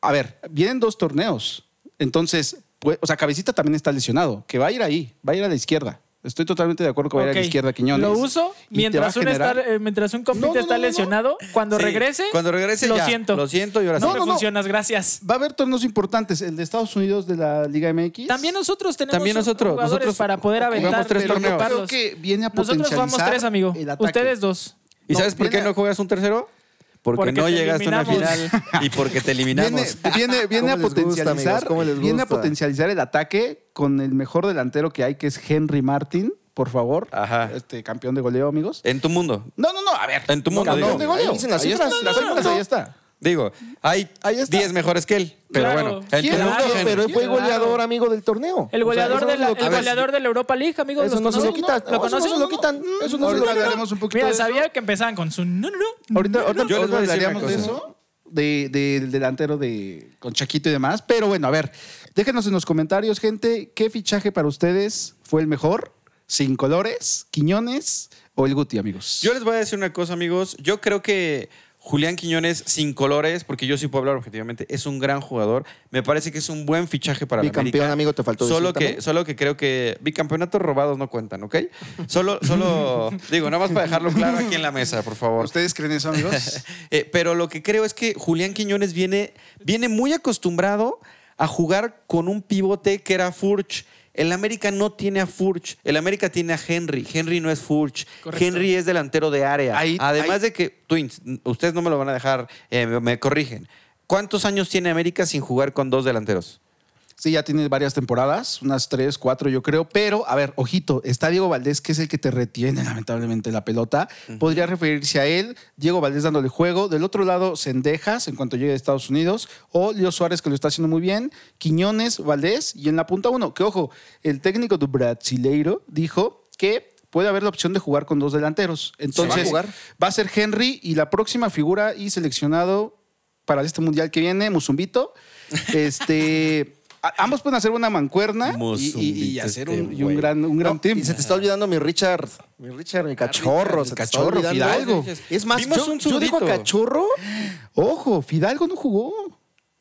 S1: a ver, vienen dos torneos, entonces, pues, o sea, Cabecita también está lesionado, que va a ir ahí, va a ir a la izquierda. Estoy totalmente de acuerdo que va a ir a
S3: Ok.
S1: la izquierda Quiñones.
S3: Lo uso
S1: y te
S3: mientras
S1: va a
S3: un,
S1: generar-
S3: estar- eh, mientras un compite
S1: No, no,
S3: está
S1: no, no, no.
S3: lesionado. Cuando
S2: Sí.
S3: regrese.
S2: Cuando regrese,
S3: lo
S2: ya.
S3: siento.
S2: Lo siento y ahora
S3: no,
S2: sí.
S3: me
S1: No, no, no.
S3: funcionas, gracias.
S1: Va a haber torneos importantes, el de Estados Unidos de la Liga MX.
S3: También nosotros tenemos
S2: También nosotros,
S3: jugadores
S2: nosotros
S3: para poder
S2: jugamos
S3: aventar.
S2: tres
S3: y
S1: pero
S2: torneos.
S1: Yo creo
S3: ocuparlos.
S1: que viene a
S3: Nosotros
S1: potencializar
S3: jugamos tres, amigo.
S1: el ataque.
S3: Ustedes dos.
S2: ¿Y
S1: No,
S2: sabes por qué
S1: viene-
S2: no juegas un tercero? Porque,
S3: Porque
S2: no
S3: te
S2: llegaste a una final
S3: eliminamos.
S2: y porque te
S1: Viene,
S2: eliminamos.
S1: viene, viene a
S4: ¿Cómo les gusta,
S1: potencializar,
S4: amigos? ¿Cómo les
S1: viene a
S4: gusta?
S1: potencializar el ataque con el mejor delantero que hay, que es Henry Martin, por favor.
S2: Ajá.
S1: Este campeón de goleo, amigos.
S2: En tu mundo.
S1: No, no, no, a ver.
S2: En tu mundo,
S1: Campeón
S2: digo.
S1: de goleo.
S4: Ahí dicen las
S1: Ahí
S4: cifras.
S1: está,
S4: No,
S1: las
S4: no,
S1: cifras,
S4: no.
S1: ahí está.
S2: Digo, hay
S1: Ahí está.
S2: 10 mejores que él. Pero
S3: Claro.
S2: bueno, en tu
S4: ¿Quién?
S2: mundo.
S3: Claro.
S2: Henry.
S4: pero fue
S3: Claro.
S4: goleador, amigo, del torneo.
S3: El goleador,
S4: O sea,
S3: de, la,
S4: eso no
S3: el
S4: se lo-
S3: goleador de la Europa League, amigos.
S4: Eso
S3: ¿los
S4: no se lo
S3: conocen?
S4: quitan.
S3: ¿Lo
S4: No, eso no se
S3: conocen?
S4: lo quitan. Eso no se lo
S1: Ahorita
S4: quitan.
S1: hablaremos un poquito
S3: Mira,
S1: de eso.
S3: sabía que empezaban con su. No, no, no.
S1: Ahorita, ahorita,
S2: Yo les voy a
S1: ahorita
S2: decir una
S1: hablaríamos de
S2: cosa.
S1: eso, de- de- del delantero de, con Chaquito y demás. Pero bueno, a ver, déjenos en los comentarios, gente, ¿qué fichaje para ustedes fue el mejor? ¿Sin colores, Quiñones o el Guti, amigos?
S2: Yo les voy a decir una cosa, amigos. Yo creo que Julián Quiñones, sin colores, porque yo sí puedo hablar objetivamente, es un gran jugador. Me parece que es un buen fichaje para la
S4: Bicampeón,
S2: América.
S4: amigo, te faltó
S2: solo
S4: decir
S2: que,
S4: también.
S2: Solo que creo que bicampeonatos robados no cuentan, ¿ok? Solo, solo digo, nada más para dejarlo claro aquí en la mesa, por favor.
S1: ¿Ustedes creen eso, amigos?
S2: Eh, pero lo que creo es que Julián Quiñones viene, viene muy acostumbrado a jugar con un pivote que era Furch. El América no tiene a Furch, el América tiene a Henry. Henry no es Furch,
S3: Correcto.
S2: Henry es delantero de área.
S1: Ahí-
S2: Además
S1: ahí-
S2: de que, Twins, n- ustedes no me lo van a dejar, eh, me, me corrigen. ¿Cuántos años tiene América sin jugar con dos delanteros?
S1: sí, ya tiene varias temporadas, unas tres, cuatro, yo creo. Pero, a ver, ojito, está Diego Valdés, que es el que te retiene, lamentablemente, la pelota. Podría referirse a él, Diego Valdés dándole juego. Del otro lado, Sendejas, en cuanto llegue a Estados Unidos. O Leo Suárez, que lo está haciendo muy bien. Quiñones, Valdés. Y en la punta uno, que ojo, el técnico de Brasileiro dijo que puede haber la opción de jugar con dos delanteros. Entonces,
S4: jugar?
S1: va a ser Henry y la próxima figura y seleccionado para este mundial que viene, Musumbito. Este, a- ambos pueden hacer una mancuerna y- y, y
S2: Musumbito
S1: hacer
S2: este
S1: un, y un
S2: güey.
S1: gran, un gran
S4: No,
S1: team.
S4: Y se te está olvidando mi Richard. Mi Richard, mi cachorro.
S1: Richard,
S4: se
S1: el
S4: te está
S1: cachorro,
S4: olvidando.
S1: Fidalgo.
S4: Es más,
S2: Vimos
S4: yo,
S2: un
S4: yo digo
S2: zurdito.
S4: cachorro.
S1: Ojo, Fidalgo no jugó.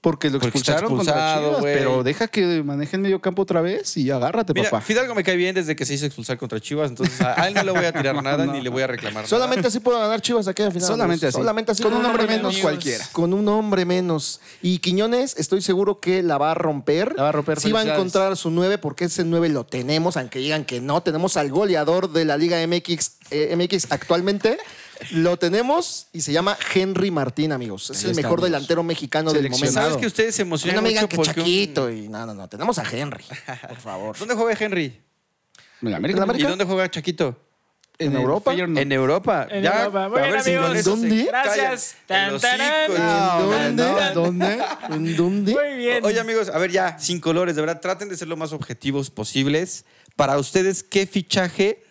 S1: Porque lo
S2: Porque está
S1: expulsaron contra
S2: expulsado,
S1: Chivas,
S2: güey.
S1: pero deja que maneje el medio campo otra vez y agárrate,
S2: Mira,
S1: papá.
S2: Fidalgo me cae bien desde que se hizo expulsar contra Chivas, entonces a, a él no le voy a tirar nada ni le voy a reclamar nada.
S4: Solamente así puedo ganar Chivas aquí al final.
S1: Solamente así.
S4: Solamente así.
S1: Con un hombre
S4: hombre
S1: menos cualquiera.
S4: Con un hombre menos. Y Quiñones, estoy seguro que la va a romper.
S1: La va a romper,
S4: Sí va a
S1: felicidades.
S4: encontrar su 9 porque ese 9 lo tenemos, aunque digan que no. Tenemos al goleador de la Liga MX, eh, MX actualmente. Lo tenemos y se llama Henry Martín, amigos. Es
S1: Ahí
S4: el mejor
S1: estamos.
S4: delantero mexicano del momento.
S1: Seleccionado.
S2: ¿Sabes que ustedes se
S4: No
S2: emocionan
S4: me
S2: mucho
S4: digan que
S2: porque un-
S4: Chaquito y no, no, no. Tenemos a Henry, por favor.
S2: ¿Dónde juega Henry?
S1: ¿En América?
S4: ¿En América?
S2: ¿Y dónde juega Chaquito?
S1: ¿En Europa?
S2: En Europa.
S3: En
S2: Ya,
S3: Europa.
S2: a
S3: Bueno,
S2: ver si con
S3: amigos,
S2: eso se
S4: ¿dónde?
S2: callan
S3: Gracias.
S2: el
S3: Tan,
S2: hocico
S3: tarán.
S2: y-
S4: ¿En
S1: No,
S4: dónde?
S1: no,
S4: ¿En dónde? ¿En dónde?
S3: Muy bien.
S2: Oye, amigos, a ver ya, sin colores, de verdad, traten de ser lo más objetivos posibles. Para ustedes, ¿qué fichaje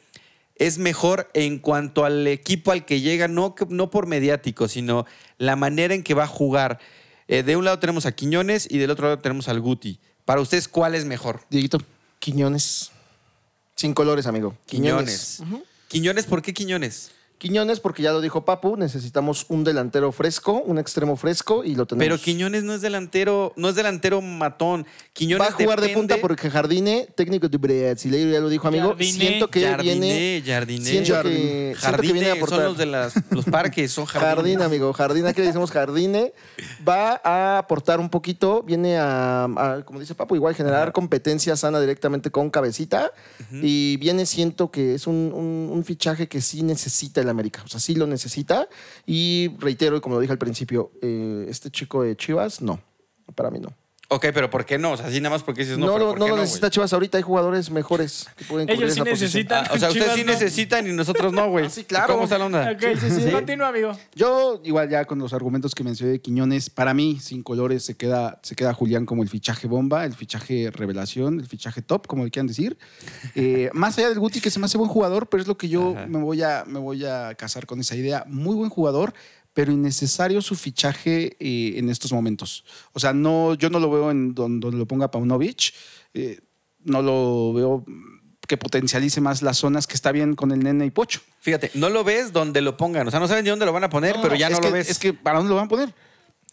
S2: es mejor en cuanto al equipo al que llega? No, que- no por mediático, sino la manera en que va a jugar. Eh, de un lado tenemos a Quiñones y del otro lado tenemos al Guti. Para ustedes, ¿cuál es mejor?
S1: Dieguito.
S4: Quiñones. Sin colores, amigo. Quiñones.
S2: Quiñones. Quiñones, ¿por qué Quiñones?
S4: Quiñones, porque ya lo dijo Papu, necesitamos un delantero fresco, un extremo fresco y lo tenemos.
S2: Pero Quiñones no es delantero, no es delantero matón. Quiñones
S4: Va a jugar de punta
S2: depende-
S4: porque Jardine, técnico de Brasileiro, ya lo dijo, amigo.
S3: Jardine,
S4: siento que
S2: Jardiné,
S4: viene.
S2: Jardiné.
S4: Siento que, siento que
S2: Jardine,
S4: viene a aportar.
S2: son los de las- los parques, son jardines.
S4: Jardín, amigo. Jardín, aquí le decimos Jardine. Va a aportar un poquito, viene a, a, como dice Papu, igual generar competencia sana directamente con cabecita. Y viene, siento que es un, un- un fichaje que sí necesita el América. O sea, sí lo necesita. Y reitero, y como lo dije al principio, eh, este chico de Chivas, no. Para mí no.
S2: Ok, pero ¿por qué no? O sea, así nada más porque dices Pues no.
S4: No,
S2: pero
S4: lo,
S2: ¿por
S4: no
S2: qué
S4: lo
S2: güey?
S4: necesita Chivas ahorita. Hay jugadores mejores que pueden cubrir
S3: Ellos sí
S4: esa posición.
S3: necesitan.
S2: Ah, o sea, ustedes
S3: Chivas
S2: sí
S3: no.
S2: necesitan y nosotros no, güey.
S4: Ah, sí, claro.
S2: ¿Cómo está la onda?
S3: Ok, sí, sí, Continúa, amigo.
S1: Yo, igual ya con los argumentos que mencioné de Quiñones, para mí, sin colores, se queda, se queda Julián como el fichaje bomba, el fichaje revelación, el fichaje top, como le quieran decir. Eh, más allá del Guti, que se me hace buen jugador, pero es lo que yo me voy, a, me voy a casar con esa idea. Muy buen jugador, pero innecesario su fichaje eh, en estos momentos. O sea, no, yo no lo veo en don- donde, lo ponga Paunovic. eh, no lo veo que potencialice más las zonas que está bien con el nene y Pocho.
S2: Fíjate, no lo ves donde lo pongan. O sea, no saben ni dónde lo van a poner, pero ya
S1: es
S2: no
S1: que,
S2: lo ves.
S1: Es que ¿para dónde lo van a poner?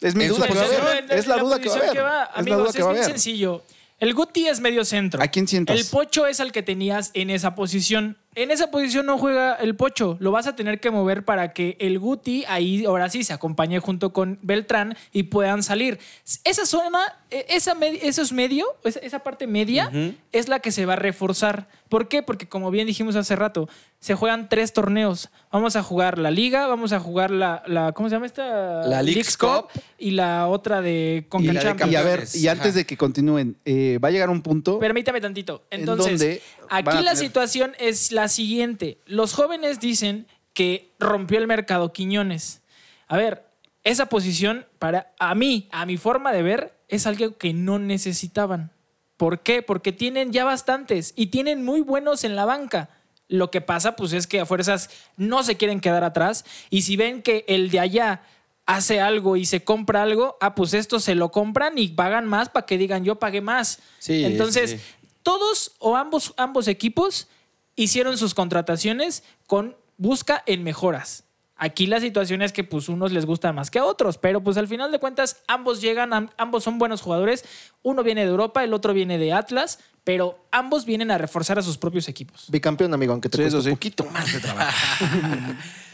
S1: Es mi
S2: En su
S1: duda que va a
S2: posición,
S1: haber. Es la duda que va a
S3: posición
S1: haber. Es la
S3: Amigos,
S1: duda
S3: es,
S1: que va a
S3: bien
S1: haber.
S3: sencillo. El Guti es medio centro.
S1: ¿A quién sientas?
S3: El Pocho es al que tenías en esa posición. En esa posición no juega el Pocho. Lo vas a tener que mover para que el Guti ahí ahora sí se acompañe junto con Beltrán y puedan salir. Esa zona, eh, esa me- esos medio, esa, esa parte media es la que se va a reforzar. ¿Por qué? Porque como bien dijimos hace rato, se juegan tres torneos. Vamos a jugar la Liga, vamos a jugar la, la ¿cómo se llama esta?
S2: La Leagues Cup.
S3: y la otra de
S1: Y,
S2: la de
S3: Concachampions.
S1: y a ver, y
S2: Ajá.
S1: antes de que continúen, eh, va a llegar un punto.
S3: Permítame tantito. Entonces,
S1: donde van a
S3: aquí la
S1: tener-
S3: situación es la siguiente. Los jóvenes dicen que rompió el mercado Quiñones. A ver, esa posición para a mí, a mi forma de ver, es algo que no necesitaban. ¿Por qué? Porque tienen ya bastantes y tienen muy buenos en la banca. Lo que pasa pues es que a fuerzas no se quieren quedar atrás y si ven que el de allá hace algo y se compra algo, ah, pues esto se lo compran y pagan más para que digan yo pagué más.
S2: Sí,
S3: Entonces,
S2: sí.
S3: todos o ambos, ambos equipos hicieron sus contrataciones con busca en mejoras. Aquí la situación es que pues unos les gusta más que a otros, pero pues al final de cuentas ambos llegan, am- ambos son buenos jugadores, uno viene de Europa, el otro viene de Atlas, pero ambos vienen a reforzar a sus propios equipos.
S4: Bicampeón, amigo, aunque te
S1: Sí,
S4: cueste
S1: eso
S4: un
S1: sí.
S4: poquito más de trabajo.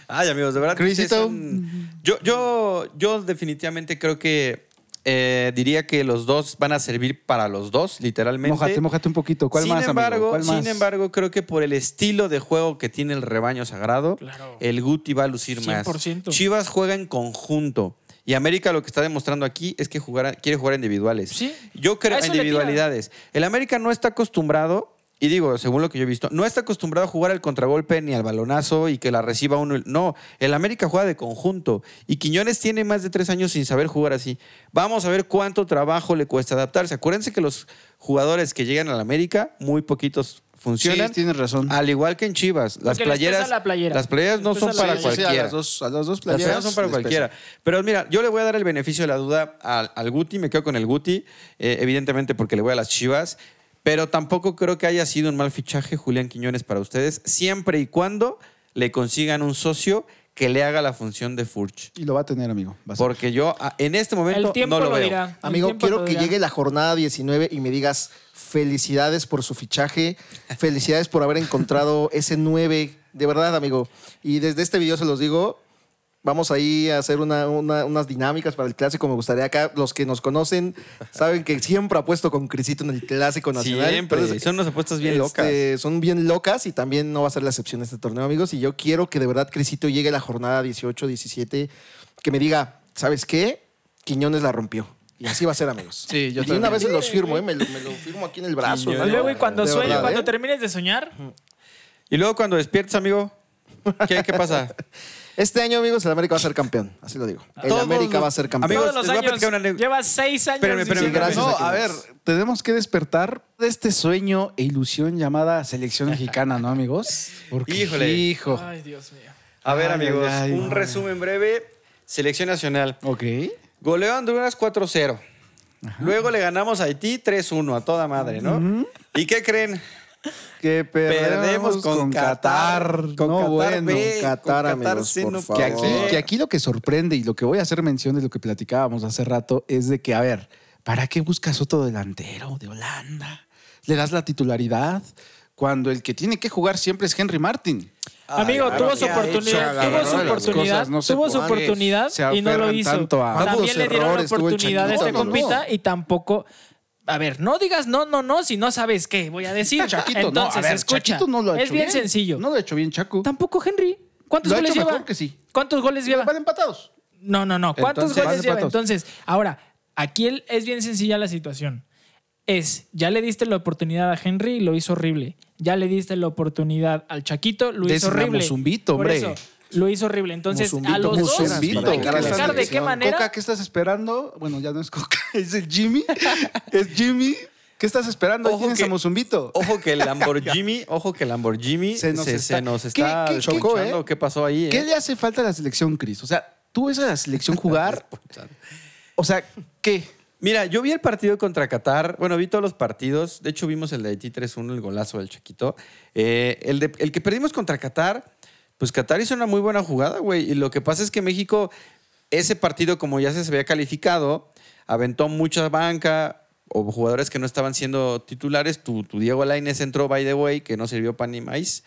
S2: Ay, amigos, de verdad.
S4: Crisito.
S2: ustedes son- Yo, yo, yo definitivamente creo que eh, diría que los dos van a servir para los dos, literalmente.
S1: Mójate, mójate un poquito. ¿Cuál
S2: sin
S1: más, amigo?
S2: embargo,
S1: ¿Cuál más?
S2: Sin embargo, creo que por el estilo de juego que tiene el rebaño sagrado,
S3: Claro.
S2: el Guti va a lucir más.
S3: 100%.
S2: Chivas juega en conjunto. Y América lo que está demostrando aquí es que jugar- quiere jugar individuales.
S3: Sí.
S2: Yo
S3: A
S2: creo
S3: eso le tira.
S2: individualidades. El América no está acostumbrado, y digo, según lo que yo he visto, no está acostumbrado a jugar al contragolpe ni al balonazo y que la reciba uno. No, el América juega de conjunto. Y Quiñones tiene más de tres años sin saber jugar así. Vamos a ver cuánto trabajo le cuesta adaptarse. Acuérdense que los jugadores que llegan al América, muy poquitos funcionan.
S1: Sí, tienes razón.
S2: Al igual que en Chivas, las
S3: Porque les pesa
S2: playeras,
S3: la playera.
S2: las playeras no
S3: Les
S2: son
S3: pesa la
S2: para
S3: playera. Sí,
S1: a
S2: cualquiera.
S1: las dos, a las dos
S2: Las
S1: playeras
S2: playeras son para
S1: les pesa.
S2: cualquiera. Pero mira, yo le voy a dar el beneficio de la duda al, al Guti, me quedo con el Guti, eh, evidentemente porque le voy a las Chivas, pero tampoco creo que haya sido un mal fichaje Julián Quiñones para ustedes, siempre y cuando le consigan un socio que le haga la función de Furch.
S1: Y lo va a tener, amigo. Va a ser.
S2: Porque yo ah, en este momento
S3: El tiempo
S2: no lo,
S3: lo,
S2: veo.
S3: dirá. El
S4: Amigo,
S3: tiempo
S4: quiero
S3: lo
S4: que
S3: dirá.
S4: llegue la jornada 19 y me digas felicidades por su fichaje, felicidades por haber encontrado ese 9, de verdad, amigo. Y desde este video se los digo, Vamos ahí a hacer una- una- unas dinámicas para el clásico. Me gustaría acá, los que nos conocen, saben que siempre apuesto con Crisito en el clásico nacional.
S2: Siempre.
S4: Entonces,
S2: Son unas apuestas bien locas.
S4: este, Son bien locas y también no va a ser la excepción este torneo, amigos. Y yo quiero que de verdad Crisito llegue a la jornada 18, 17, que me diga, ¿sabes qué? Quiñones la rompió. Y así va a ser, amigos.
S1: Sí, yo
S4: y una
S1: también.
S4: vez se los firmo, ¿eh? me, lo, me lo firmo aquí en el brazo.
S2: Quiñones.
S4: ¿no?
S3: Luego, y cuando
S4: De
S3: sueño,
S4: verdad,
S3: cuando
S4: ¿eh?
S3: termines de soñar,
S2: Y luego cuando despiertes, amigo, ¿qué, qué pasa?
S4: Este año, amigos, el América va a ser campeón. Así lo digo. El
S2: Todos
S4: América
S2: los-
S4: va a ser campeón.
S2: Amigos,
S3: todos los
S2: les voy a
S3: años,
S2: platicar una anécdota.
S3: llevas seis años
S2: Espérame, espérame,
S3: diciendo-
S4: gracias.
S1: No,
S4: a
S1: a
S4: que
S1: ver,
S4: nos-
S1: tenemos que despertar de este sueño e ilusión llamada selección mexicana, ¿no, amigos? Porque,
S2: Híjole.
S1: Hijo.
S3: Ay, Dios mío.
S2: A ver,
S1: Ay,
S2: amigos,
S1: ay,
S2: un
S1: ay.
S2: resumen breve. Selección nacional.
S1: Ok.
S2: Goleó a Honduras 4-0. Luego le ganamos a Haití 3-1, a toda madre, ¿no? ¿Y qué creen?
S1: Que
S2: Perdemos con, Qatar.
S1: Con
S2: Con
S1: no,
S2: Qatar,
S1: bueno.
S2: ve,
S4: Qatar,
S2: con Qatar
S4: amigos,
S2: sí
S4: por
S2: no
S4: favor.
S1: Que
S2: puede
S1: aquí,
S2: ser.
S1: que aquí lo que sorprende y lo que voy a hacer mención de lo que platicábamos hace rato es de que, a ver, ¿para qué buscas otro delantero de Holanda? ¿Le das la titularidad? Cuando el que tiene que jugar siempre es Henry Martin.
S3: Amigo,
S2: Ah, claro,
S3: tuvo
S2: ¿qué
S3: su
S2: ha hecho?
S3: oportunidad, tuvo
S2: Agarró
S3: su
S2: las
S3: oportunidad,
S1: cosas, no sé
S3: tuvo
S1: por
S3: su
S1: qué
S3: oportunidad
S1: se
S3: y no lo
S1: aferran
S3: hizo.
S1: tanto a-
S3: También
S4: ¿Cuántos
S3: le dieron la
S4: errores tuvo el
S3: oportunidad a este
S4: Chaquito, no?
S3: compita y tampoco. A ver, no digas no, no, no, si no sabes qué voy a decir.
S1: Ah, Chaquito,
S3: Entonces,
S1: no, a ver,
S3: escucha,
S1: Chaquito no lo ha
S3: es
S1: hecho
S3: bien, sencillo.
S1: No lo ha hecho bien, Chaco.
S3: Tampoco Henry. ¿Cuántos
S1: Lo ha
S3: goles
S1: hecho
S3: lleva?
S1: mejor que sí.
S3: ¿Cuántos goles lleva?
S1: Van empatados.
S3: No, no, no. ¿Cuántos
S1: Entonces,
S3: goles
S1: más
S3: lleva?
S1: empatos.
S3: Entonces, ahora, aquí el- es bien sencilla la situación. Es, ya le diste la oportunidad a Henry, lo hizo horrible. Ya le diste la oportunidad al Chaquito, lo
S1: Des
S3: hizo horrible.
S1: Ramosumbito,
S3: Por
S1: hombre.
S3: eso, lo hizo horrible. Entonces,
S4: Mozumbito,
S3: a los
S4: Mozumbito.
S3: dos hay que
S4: Para llegar a
S3: buscar
S4: la
S3: de qué
S4: selección.
S3: manera.
S1: Coca, ¿qué estás esperando? Bueno, ya no es Coca, es el Jimmy. es Jimmy. ¿Qué estás esperando? Ahí
S2: Ojo
S1: tienes
S2: que-
S1: a Mozumbito.
S2: Ojo que el Lamborghini, ojo que el Lamborghini
S1: Se nos está-
S2: nos
S1: ¿Qué-
S2: está
S1: qué- qué-
S2: desconchando.
S1: chocó, eh?
S2: ¿Qué pasó ahí?
S1: ¿Qué
S2: eh?
S1: le hace falta a la selección, Cris? O sea, tú ves a la selección jugar. o sea, ¿qué?
S2: Mira, yo vi el partido contra Qatar. Bueno, vi todos los partidos. De hecho, vimos el de Haití 3-1, el golazo del Chiquito. Eh, el, de- el que perdimos contra Qatar, pues Qatar hizo una muy buena jugada, güey. Y lo que pasa es que México, ese partido, como ya se había calificado, aventó mucha banca o jugadores que no estaban siendo titulares. Tu, tu Diego Lainez entró, by the way, que no sirvió pan ni maíz.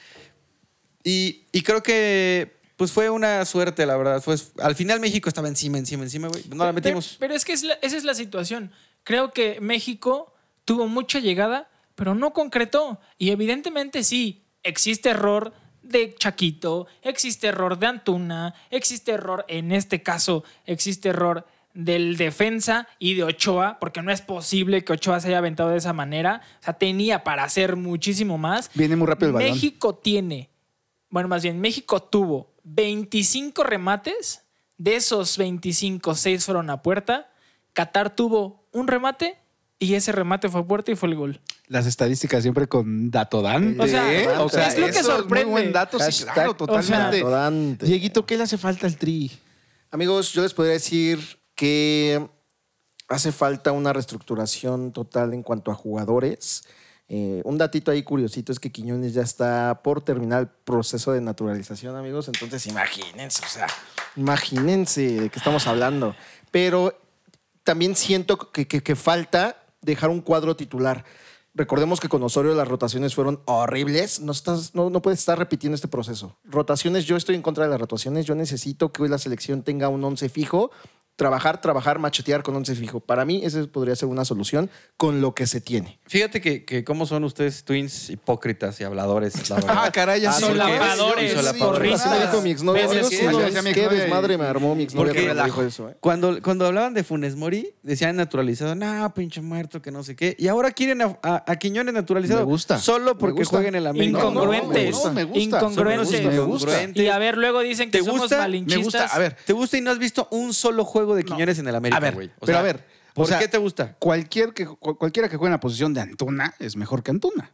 S2: Y, y creo que pues fue una suerte, la verdad. Fue- al final México estaba encima, encima, encima, güey. pues, No la
S3: Pe-
S2: metimos.
S3: Pero, es que es la- esa es la situación. Creo que México tuvo mucha llegada, pero no concretó. Y evidentemente sí, existe error de Chaquito, existe error de Antuna, existe error, en este caso, existe error del defensa y de Ochoa, porque no es posible que Ochoa se haya aventado de esa manera. O sea, tenía para hacer muchísimo más.
S1: Viene muy rápido el balón.
S3: México tiene bueno, más bien, México tuvo 25 remates. De esos 25, 6 fueron a puerta. Qatar tuvo un remate y ese remate fue a puerta y fue el gol.
S1: Las estadísticas siempre con Datodán.
S3: O sea,
S1: ¿Eh?
S4: o sea,
S3: es lo que
S1: eso
S3: sorprende.
S1: muy buen dato, sí,
S4: Hashtag
S1: claro, totalmente.
S4: Datodante.
S1: Dieguito, ¿qué le hace falta al tri?
S4: Amigos, yo les podría decir que hace falta una reestructuración total en cuanto a jugadores. Eh, un datito ahí curiosito es que Quiñones ya está por terminar el proceso de naturalización, amigos. Entonces, imagínense, o sea, imagínense de qué estamos hablando. Pero también siento que, que- que falta dejar un cuadro titular. Recordemos que con Osorio las rotaciones fueron horribles. No, estás, no, no puedes estar repitiendo este proceso. Rotaciones, yo estoy en contra de las rotaciones. Yo necesito que hoy la selección tenga un once fijo. Trabajar, trabajar, machetear con once fijo. Para mí, esa podría ser una solución con lo que se tiene.
S2: Fíjate que, que cómo son ustedes twins hipócritas y habladores, la verdad.
S1: Ah, caray, ya
S2: Ah,
S1: sí.
S2: porque-
S3: Solapadores,
S2: y
S3: Por
S4: Así me
S3: risas.
S4: dijo mi exnovia.
S3: Ves,
S4: amigos,
S3: sí,
S4: unos-
S1: ya decía mi
S4: qué
S1: exnovia y-
S4: desmadre me armó mi exnovia
S2: Porque-
S4: cuando me dijo eso. ¿eh?
S2: Cuando, cuando hablaban de Funes Mori, decían naturalizado, no, pinche muerto, que no sé qué. Y ahora quieren a, a- a Quiñones naturalizado.
S1: Me gusta.
S2: Solo
S1: Me
S2: porque
S1: gusta.
S2: jueguen en la América.
S3: Incongruentes.
S1: No, no, me gusta.
S3: Incongruentes.
S1: Me gusta.
S3: Y a ver, luego dicen que
S2: ¿Te
S3: somos
S2: gusta?
S3: malinchistas.
S1: Me gusta. A ver,
S2: ¿Te gusta y no has visto un solo juego de Quiñones en el América,
S1: a ver,
S2: güey? O
S1: pero
S2: sea,
S1: a ver. o
S2: ¿Por
S1: sea,
S2: qué te gusta?
S1: Cualquier que, cu- cualquiera que juegue en la posición de Antuna es mejor que Antuna.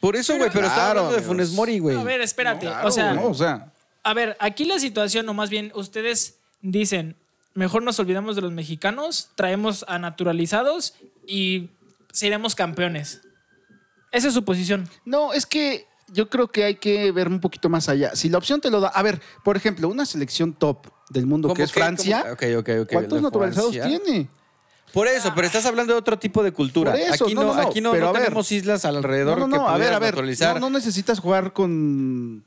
S2: Por eso, güey, pero, estaba hablando de Funes Mori, güey.
S3: A ver, espérate.
S1: Claro,
S3: o sea,
S1: ¿no? o sea,
S3: A ver, aquí la situación, o más bien, ustedes dicen, mejor nos olvidamos de los mexicanos, traemos a naturalizados y seremos campeones. Esa es su posición.
S1: No, es que yo creo que hay que ver un poquito más allá. Si la opción te lo da, a ver, por ejemplo, una selección top del mundo
S2: ¿Cómo
S1: que es
S2: qué?
S1: Francia,
S2: ¿Cómo? Ok, ok, ok.
S1: ¿cuántos
S2: La
S1: naturalizados
S2: Francia.
S1: tiene?
S2: Por eso, pero estás hablando de otro tipo de cultura.
S1: Por eso,
S2: aquí no,
S1: no, no, no,
S2: aquí no,
S1: pero
S2: no
S1: a ver.
S2: tenemos islas alrededor
S1: no, no,
S2: que
S1: no, a ver,
S2: pudieras
S1: a ver,
S2: naturalizar.
S1: no, no necesitas jugar con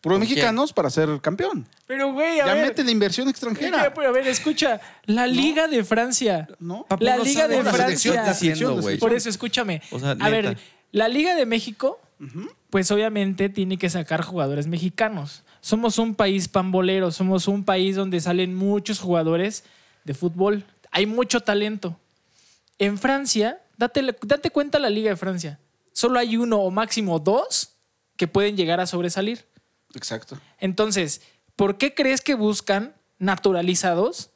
S1: Puros
S2: ¿Con quién?
S1: mexicanos para ser campeón.
S3: Pero, güey, a ver.
S1: Ya
S3: pues.
S1: mete la inversión
S3: Mira,
S1: extranjera.
S3: pero a ver, escucha, la Liga de Francia.
S1: No.
S2: Papu,
S3: La
S2: no
S3: Liga
S2: sabe
S3: de
S2: la selección
S3: Francia.
S2: que está haciendo, güey.
S3: Por eso, escúchame.
S2: O sea, neta.
S3: a ver, la Liga de México, pues obviamente tiene que sacar jugadores mexicanos. Somos un país pambolero, somos un país donde salen muchos jugadores de fútbol. Hay mucho talento. En Francia, date, date cuenta la Liga de Francia. Solo hay uno o máximo dos que pueden llegar a sobresalir.
S1: Exacto.
S3: Entonces, ¿por qué crees que buscan naturalizados?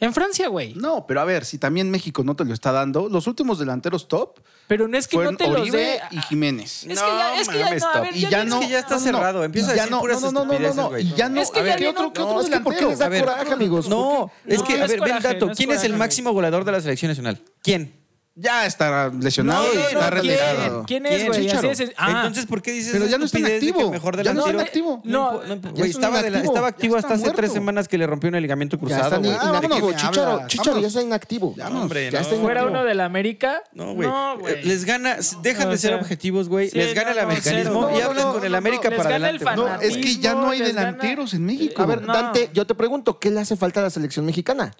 S3: En Francia, güey.
S1: No, pero a ver, si también México no te lo está dando, los últimos delanteros top
S3: Pero no es que
S1: fueron
S3: no te los
S1: Oribe
S3: dé. ah,
S1: y Jiménez.
S3: Es que ya, es que ya,
S2: mames,
S3: no, a
S2: top.
S3: ver,
S1: Y ya
S3: ni-
S1: no.
S2: Es que ya está
S1: no, no,
S2: cerrado. Empieza a
S1: ya
S2: decir
S1: no,
S2: puras
S1: no, no, no, no,
S2: estupideces,
S1: no,
S2: güey.
S1: Ya no.
S3: Es que
S1: a ver,
S3: ya
S1: ¿qué
S3: viene
S1: otro,
S3: un-
S1: qué
S3: no,
S1: otro
S4: es que ¿por qué
S1: delantero?
S4: les da
S1: A ver,
S4: coraje, amigos?
S2: No,
S4: ¿Por qué?
S2: es
S3: No,
S2: que, a
S3: es
S2: ver, ven el
S3: coraje,
S2: dato.
S3: no es
S2: ¿Quién es el
S3: coraje,
S2: máximo goleador de la selección nacional? ¿Quién?
S1: Ya está lesionado,
S2: No, no, no,
S1: está retirado.
S3: ¿Quién es, güey? Así
S1: Chícharo.
S3: es, es- ah.
S2: Entonces, ¿por qué dices
S1: Pero
S2: esa
S1: ya no está en
S2: estupidez de que
S1: activo.
S2: mejor
S1: Ya no
S2: delantero?
S1: está en activo.
S3: No,
S2: No,
S1: Ya
S2: güey,
S1: es un
S2: estaba, de la-
S1: inactivo,
S2: estaba
S1: ya
S2: activo
S1: está
S2: hasta hace
S1: muerto.
S2: tres semanas que le rompió un ligamento
S4: Ya
S2: cruzado.
S4: están
S2: güey.
S1: ni- Ah, vámonos,
S4: inactivos.
S1: güey,
S4: Chicharo,
S1: habla.
S4: Chicharo ya
S1: Vámonos.
S4: está inactivo.
S1: Vámonos,
S2: Hombre,
S4: ya
S2: no.
S4: está
S3: fuera
S4: inactivo.
S3: uno de la América.
S2: No, güey.
S3: güey.
S2: les gana, dejan
S3: O
S2: de ser
S3: sea,
S2: objetivos, güey.
S3: sí,
S2: les gana
S3: no,
S2: el
S3: no,
S2: americanismo
S3: cero.
S2: y
S3: No,
S2: hablan
S1: no,
S2: con el
S1: no,
S2: América
S3: les
S2: para
S3: gana el
S2: adelante.
S3: fanatismo.
S1: No, es que ya no hay
S3: les gana-
S1: delanteros en México.
S4: A ver,
S3: No.
S4: Dante, yo te pregunto, ¿qué le hace falta a la selección mexicana?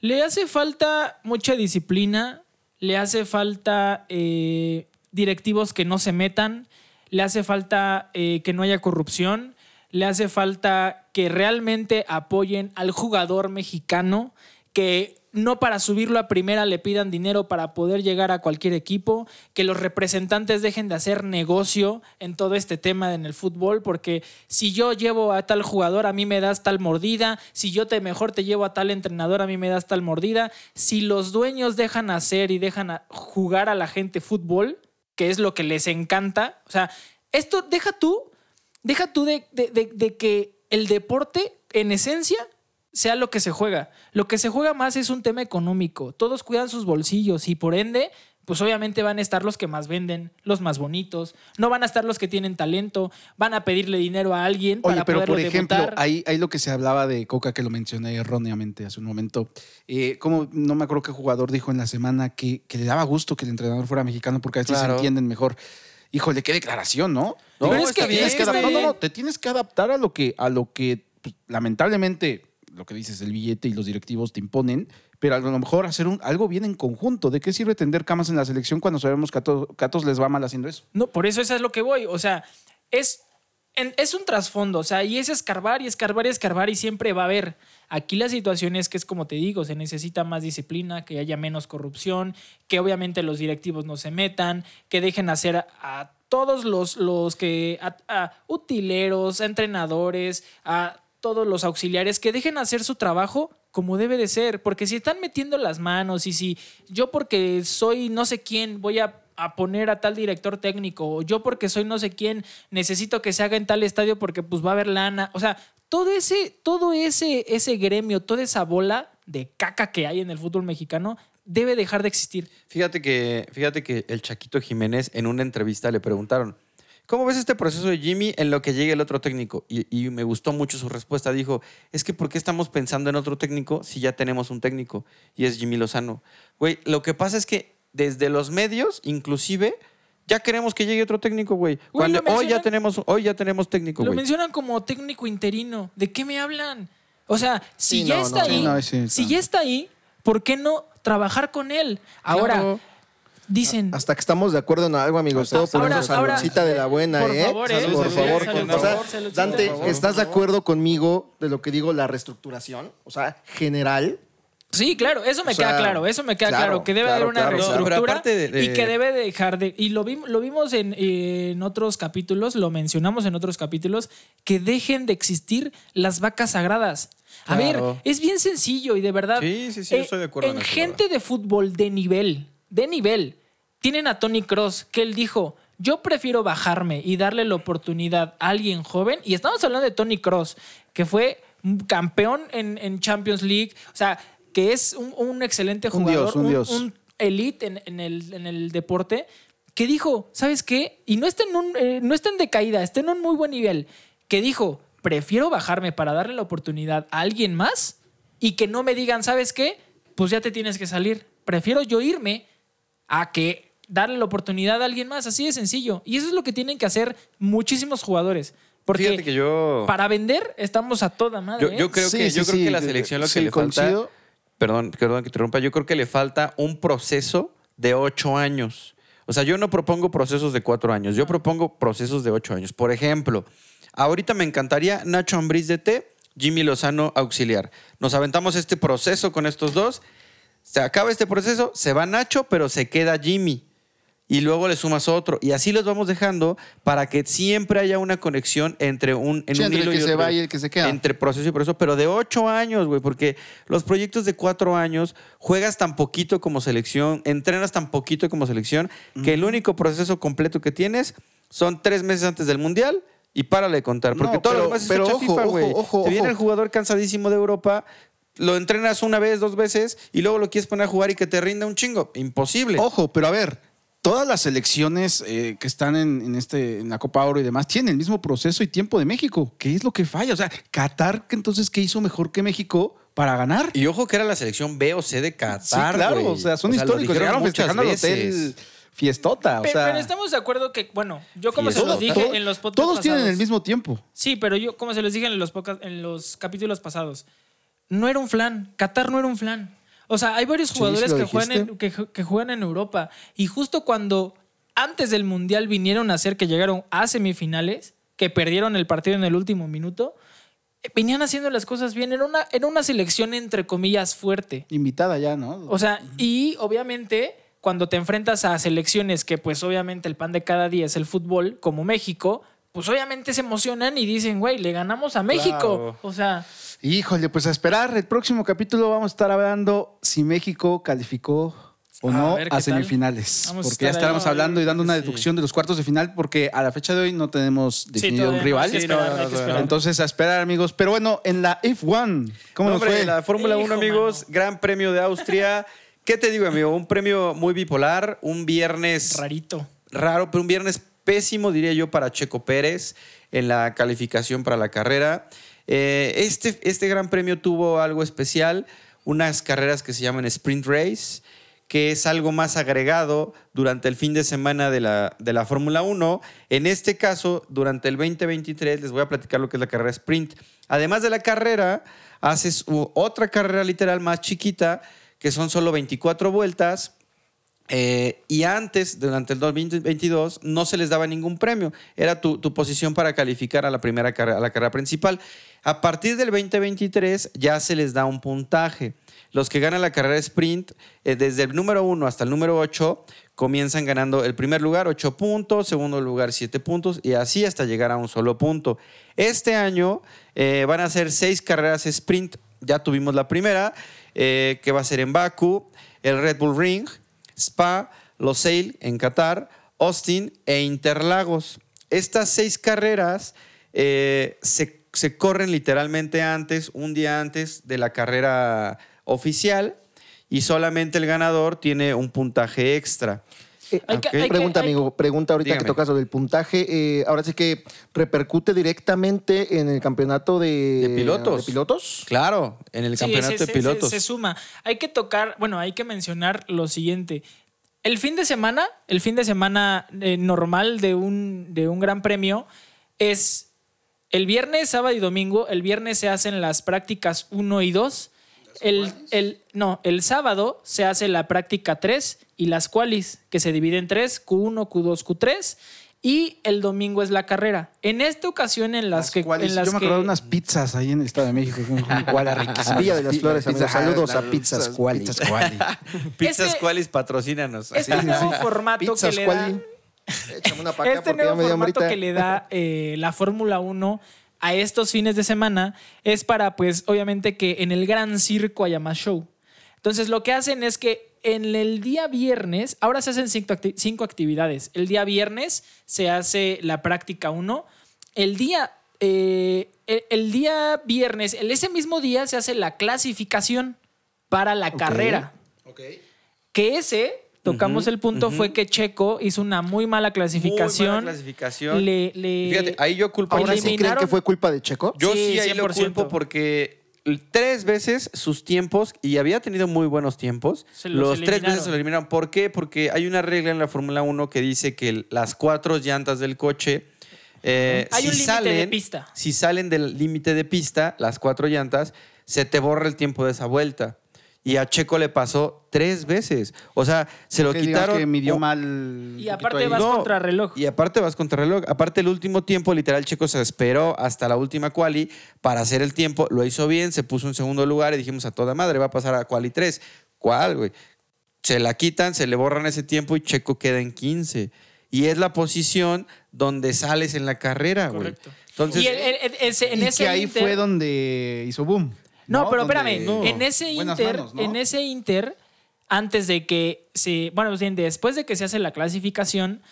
S3: Le hace falta mucha disciplina, le hace falta eh, directivos que no se metan, le hace falta eh, que no haya corrupción, le hace falta que realmente apoyen al jugador mexicano, que no para subirlo a primera le pidan dinero para poder llegar a cualquier equipo, que los representantes dejen de hacer negocio en todo este tema en el fútbol, porque si yo llevo a tal jugador, a mí me das tal mordida, si yo te mejor te llevo a tal entrenador, a mí me das tal mordida, si los dueños dejan hacer y dejan a- jugar a la gente fútbol, que es lo que les encanta, o sea, esto deja tú, deja tú de, de- de- de que el deporte en esencia sea lo que se juega. Lo que se juega más es un tema económico. Todos cuidan sus bolsillos y por ende, pues obviamente van a estar los que más venden, los más bonitos, no van a estar los que tienen talento, van a pedirle dinero a alguien
S1: Oye,
S3: para
S1: pero
S3: poderlo
S1: por ejemplo,
S3: debutar.
S1: ahí, ahí lo que se hablaba de Coca, que lo mencioné erróneamente hace un momento, eh, como no me acuerdo qué jugador dijo en la semana que, que le daba gusto que el entrenador fuera mexicano porque así se
S2: Claro.
S1: entienden mejor. Híjole, qué declaración, ¿no?
S2: No,
S1: Digo,
S2: pero es
S1: te
S2: que
S1: tienes
S2: bien,
S1: que
S2: está
S1: adaptar- no, no,
S3: bien.
S1: te tienes que adaptar a lo que, a lo que pues, lamentablemente, lo que dices, el billete y los directivos te imponen, pero a lo mejor hacer un, algo bien en conjunto. ¿De qué sirve tender camas en la selección cuando sabemos que a, to- que a todos les va mal haciendo eso?
S3: No, por eso eso es lo que voy. O sea, es, en- es un trasfondo. O sea, y es escarbar y escarbar y escarbar y siempre va a haber. Aquí la situación es que es como te digo, se necesita más disciplina, que haya menos corrupción, que obviamente los directivos no se metan, que dejen hacer a, a todos los, los que, a, a utileros, a entrenadores, a todos los auxiliares, que dejen hacer su trabajo como debe de ser, porque si están metiendo las manos y si yo porque soy no sé quién voy a, a poner a tal director técnico, o yo porque soy no sé quién necesito que se haga en tal estadio porque pues va a haber lana, o sea, todo ese, todo ese, ese gremio, toda esa bola de caca que hay en el fútbol mexicano debe dejar de existir.
S2: Fíjate que, fíjate que el Chaquito Jiménez en una entrevista le preguntaron, ¿cómo ves este proceso de Jimmy en lo que llegue el otro técnico? Y, y me gustó mucho su respuesta. Dijo, es que ¿por qué estamos pensando en otro técnico si ya tenemos un técnico? Y es Jimmy Lozano. Güey, lo que pasa es que desde los medios, inclusive, ya queremos que llegue otro técnico, güey.
S3: Güey,
S2: Cuando
S3: lo
S2: hoy ya
S3: mencionan-
S2: tenemos, hoy ya tenemos técnico,
S3: Lo
S2: güey.
S3: mencionan como técnico interino. ¿De qué me hablan? O sea, si
S4: Sí,
S3: ya
S4: no,
S3: está
S4: no.
S3: ahí,
S1: Sí, no, sí,
S3: si
S1: no.
S3: ya está ahí, ¿por qué no trabajar con él? Ahora
S2: Claro.
S3: dicen,
S4: Hasta que estamos de acuerdo en algo, amigos. Todo por
S3: Ahora,
S4: una
S3: ahora,
S4: saludcita de la buena,
S3: por
S4: ¿eh?
S3: favor, ¿eh?
S4: Por
S2: Salud,
S4: favor,
S2: salud,
S4: con-
S2: salud,
S4: o sea,
S3: salud,
S4: Dante,
S3: por favor,
S4: ¿estás de acuerdo conmigo de lo que digo la reestructuración? O sea, general.
S3: sí, claro, eso me
S4: O sea,
S3: queda claro, eso me queda
S4: claro,
S3: claro, que debe
S4: claro,
S3: haber una
S4: claro, claro.
S2: Pero
S3: reestructura
S2: aparte de- de-
S3: y que debe dejar de y lo vimos lo vimos en, eh, en otros capítulos, lo mencionamos en otros capítulos que dejen de existir las vacas sagradas. A
S2: Claro.
S3: ver, es bien sencillo y de verdad. eh,
S2: Sí, sí, sí, yo estoy de acuerdo
S3: En
S2: en eso,
S3: gente de fútbol de nivel, de nivel, tienen a Tony Cross, que él dijo: Yo prefiero bajarme y darle la oportunidad a alguien joven. Y estamos hablando de Tony Cross, que fue un campeón en, en Champions League. O sea, que es un, un excelente
S1: Un
S3: jugador,
S1: dios, un dios.
S3: elite en, en el, en el deporte, que dijo: ¿Sabes qué? Y no está en, un, eh, no está en decaída, está en un muy buen nivel. Que dijo: Prefiero bajarme para darle la oportunidad a alguien más y que no me digan, ¿sabes qué? Pues ya te tienes que salir. Prefiero yo irme a que darle la oportunidad a alguien más, así de sencillo. Y eso es lo que tienen que hacer muchísimos jugadores. Porque
S2: Fíjate que yo-
S3: para vender estamos a toda madre.
S2: Yo, yo
S3: ¿eh?
S2: creo
S4: Sí,
S2: que,
S4: sí,
S2: yo creo
S4: sí,
S2: que la
S4: yo-
S2: selección lo que
S4: sí,
S2: le
S4: coincido.
S2: falta. Perdón, perdón que te interrumpa. Yo creo que le falta un proceso de ocho años. O sea, yo no propongo procesos de cuatro años. Yo propongo procesos de ocho años. Por ejemplo, ahorita me encantaría Nacho Ambriz de T, Jimmy Lozano auxiliar. Nos aventamos este proceso con estos dos. Se acaba este proceso, se va Nacho, pero se queda Jimmy. Y luego le sumas otro. Y así los vamos dejando para que siempre haya una conexión entre un, en
S1: Sí,
S2: un
S1: entre el
S2: hilo
S1: que
S2: y
S1: se
S2: otro.
S1: va y el que se queda.
S2: Entre proceso y proceso, pero de ocho años, güey, porque los proyectos de cuatro años juegas tan poquito como selección, entrenas tan poquito como selección, que el único proceso completo que tienes son tres meses antes del Mundial y párale de contar. Porque
S1: No,
S2: todo lo
S1: pero-
S2: demás es
S1: pero
S2: fecha
S1: ojo,
S2: FIFA,
S1: ojo,
S2: güey.
S1: ojo,
S2: Te viene
S1: ojo.
S2: el jugador cansadísimo de Europa, lo entrenas una vez, dos veces y luego lo quieres poner a jugar y que te rinda un chingo. Imposible.
S1: Ojo, pero a ver, todas las selecciones eh, que están en, en este, en la Copa Oro y demás tienen el mismo proceso y tiempo de México. ¿Qué es lo que falla? O sea, Qatar, ¿qué entonces, ¿qué hizo mejor que México para ganar?
S2: Y ojo que era la selección B o C de Qatar.
S1: Sí, claro,
S2: güey.
S1: o sea, son
S2: lo
S1: históricos.
S2: dijeron
S1: Llegaron
S2: muchas
S1: festejando al hotel
S2: veces.
S1: fiestota.
S3: Pe-
S1: o sea,
S3: pero estamos de acuerdo que, bueno, yo como
S2: Sí,
S3: se
S2: todo-
S3: los dije
S1: todo-
S3: en los podcasts
S1: todos tienen
S3: pasados-
S1: el mismo tiempo.
S3: Sí, pero yo, como se los dije en los, podca- en los capítulos pasados, no era un flan. Qatar no era un flan. O sea, hay varios
S4: Sí,
S3: jugadores
S4: sí lo
S3: que, juegan en,
S4: dijiste.
S3: que, ju- que juegan en Europa. Y justo cuando antes del Mundial vinieron a hacer que llegaron a semifinales, que perdieron el partido en el último minuto, eh, venían haciendo las cosas bien. Era una, era una selección, entre comillas, fuerte.
S1: Invitada ya, ¿no?
S3: O sea, y obviamente cuando te enfrentas a selecciones que pues obviamente el pan de cada día es el fútbol, como México, pues obviamente se emocionan y dicen, güey, le ganamos a México.
S2: Claro.
S3: O sea,
S1: Híjole, pues a esperar. El próximo capítulo vamos a estar hablando si México calificó o
S3: A
S1: no
S3: ver qué
S1: a
S3: tal.
S1: semifinales.
S3: Vamos a
S1: porque ya
S3: estar ahí.
S1: estaremos
S3: No,
S1: hablando y dando una
S2: sí.
S1: deducción de los cuartos de final porque a la fecha de hoy no tenemos definido
S3: todavía
S1: un
S3: no,
S1: rival.
S3: hay que esperar, hay que esperar.
S1: Entonces a esperar, amigos. Pero bueno, en la F1, ¿cómo
S2: No,
S1: nos
S2: hombre,
S1: fue?
S2: La Fórmula
S3: Hijo,
S2: 1, amigos,
S3: mano.
S2: Gran Premio de Austria. ¿Qué te digo, amigo? Un premio muy bipolar, un viernes
S3: rarito.
S2: raro, pero un viernes pésimo, diría yo, para Checo Pérez en la calificación para la carrera. Eh, este, este Gran Premio tuvo algo especial, unas carreras que se llaman Sprint Race, que es algo más agregado durante el fin de semana de la, de la Fórmula 1. En este caso, durante el 2023, les voy a platicar lo que es la carrera Sprint. Además de la carrera, haces u- otra carrera literal más chiquita, que son solo 24 vueltas, eh, y antes, durante el 2022, no se les daba ningún premio. Era tu, tu posición para calificar a la primera carrera, a la carrera principal. A partir del 2023 ya se les da un puntaje. Los que ganan la carrera sprint, eh, desde el número 1 hasta el número 8, comienzan ganando el primer lugar 8 puntos, segundo lugar 7 puntos y así hasta llegar a un solo punto. Este año eh, van a ser 6 carreras sprint. Ya tuvimos la primera, eh, que va a ser en Baku, el Red Bull Ring. Spa, Losail en Qatar, Austin e Interlagos. Estas seis carreras eh, se, se corren literalmente antes, un día antes de la carrera oficial y solamente el ganador tiene un puntaje extra.
S4: Eh,
S3: Hay que-
S2: Ok.
S3: hay que-
S4: pregunta,
S3: hay-
S4: amigo, pregunta ahorita
S2: Dígame.
S4: que tocas sobre el puntaje. eh, ahora sí que repercute directamente en el campeonato
S2: ¿De
S4: de,
S2: pilotos?
S4: de pilotos.
S2: Claro, en el
S3: Sí,
S2: campeonato
S3: se-
S2: de
S3: se-
S2: pilotos.
S3: Se, se suma. Hay que tocar, bueno, hay que mencionar lo siguiente. El fin de semana, el fin de semana eh, normal de un, de un gran premio es el viernes, sábado y domingo. El viernes se hacen las prácticas 1 y 2. El, el- no, el sábado se hace la práctica 3 y las cuales, que se divide en 3, Q1, Q2, Q3. Y el domingo es la carrera. En esta ocasión, en las, que. en
S1: cuales-
S3: las
S1: Yo me
S3: que-
S1: acuerdo de unas pizzas ahí en el Estado de México. Cuál riquísima.
S4: Villa de las Flores, amigos. Saludos a Pizzas Quali.
S1: Pizzas Quali.
S2: Pizzas
S3: Este-
S2: Qualis, patrocínanos.
S3: Este nuevo formato
S4: Pizzas
S3: que le
S4: Quali.
S3: dan-
S4: Échame una para acá
S3: este
S4: porque ya
S3: nuevo
S4: me dio
S3: formato
S4: hambrita.
S3: que le da eh, la Fórmula 1 a estos fines de semana es para, pues, obviamente que en el gran circo haya más show. Entonces, lo que hacen es que en el día viernes, ahora se hacen cinco, acti- cinco actividades. El día viernes se hace la práctica 1. El día, eh, el, el día viernes, el, ese mismo día se hace la clasificación para la carrera. Que ese, tocamos
S2: Ujú,
S3: el punto, fue que Checo hizo una muy mala clasificación.
S2: Muy buena clasificación.
S3: Le- le-
S2: Fíjate, ahí yo culpo
S4: Ahora
S2: a
S4: sí creen
S3: eliminaron-
S4: que fue culpa de Checo.
S2: Yo
S3: Sí,
S2: sí, ahí lo
S3: 100%.
S2: culpo porque tres veces sus tiempos, y había tenido muy buenos tiempos,
S3: Se los
S2: los, tres
S3: eliminaron.
S2: veces se lo eliminaron. ¿Por qué? Porque hay una regla en la Fórmula 1 que dice que el- las cuatro llantas del coche Eh,
S3: Hay
S2: si
S3: un límite de
S2: salen-
S3: pista.
S2: Si salen del límite de pista, las cuatro llantas, se te borra el tiempo de esa vuelta. Y a Checo le pasó tres veces. O sea, se lo
S1: Que digamos
S2: quitaron.
S1: que midió
S2: o-
S1: mal. un
S3: Y
S1: poquito
S3: aparte
S1: ahí.
S3: vas contra reloj.
S2: Y aparte vas contra reloj. Aparte, el último tiempo, literal, Checo se esperó hasta la última quali para hacer el tiempo. Lo hizo bien, se puso en segundo lugar y dijimos a toda madre, va a pasar a quali 3. ¿Cuál, güey? Se la quitan, se le borran ese tiempo y Checo queda en 15. Y es la posición donde sales en la carrera, güey.
S3: Correcto.
S2: Entonces,
S3: y el- el- el- ese- en
S5: y
S3: ese
S5: que ahí
S3: inter-
S5: fue donde hizo boom.
S3: No, pero
S1: Donde-
S3: espérame.
S2: No.
S3: En ese
S1: Buenas
S3: Inter,
S1: manos, ¿no?
S3: en ese Inter, antes de que se. Bueno, más bien, después de que se hace la clasificación,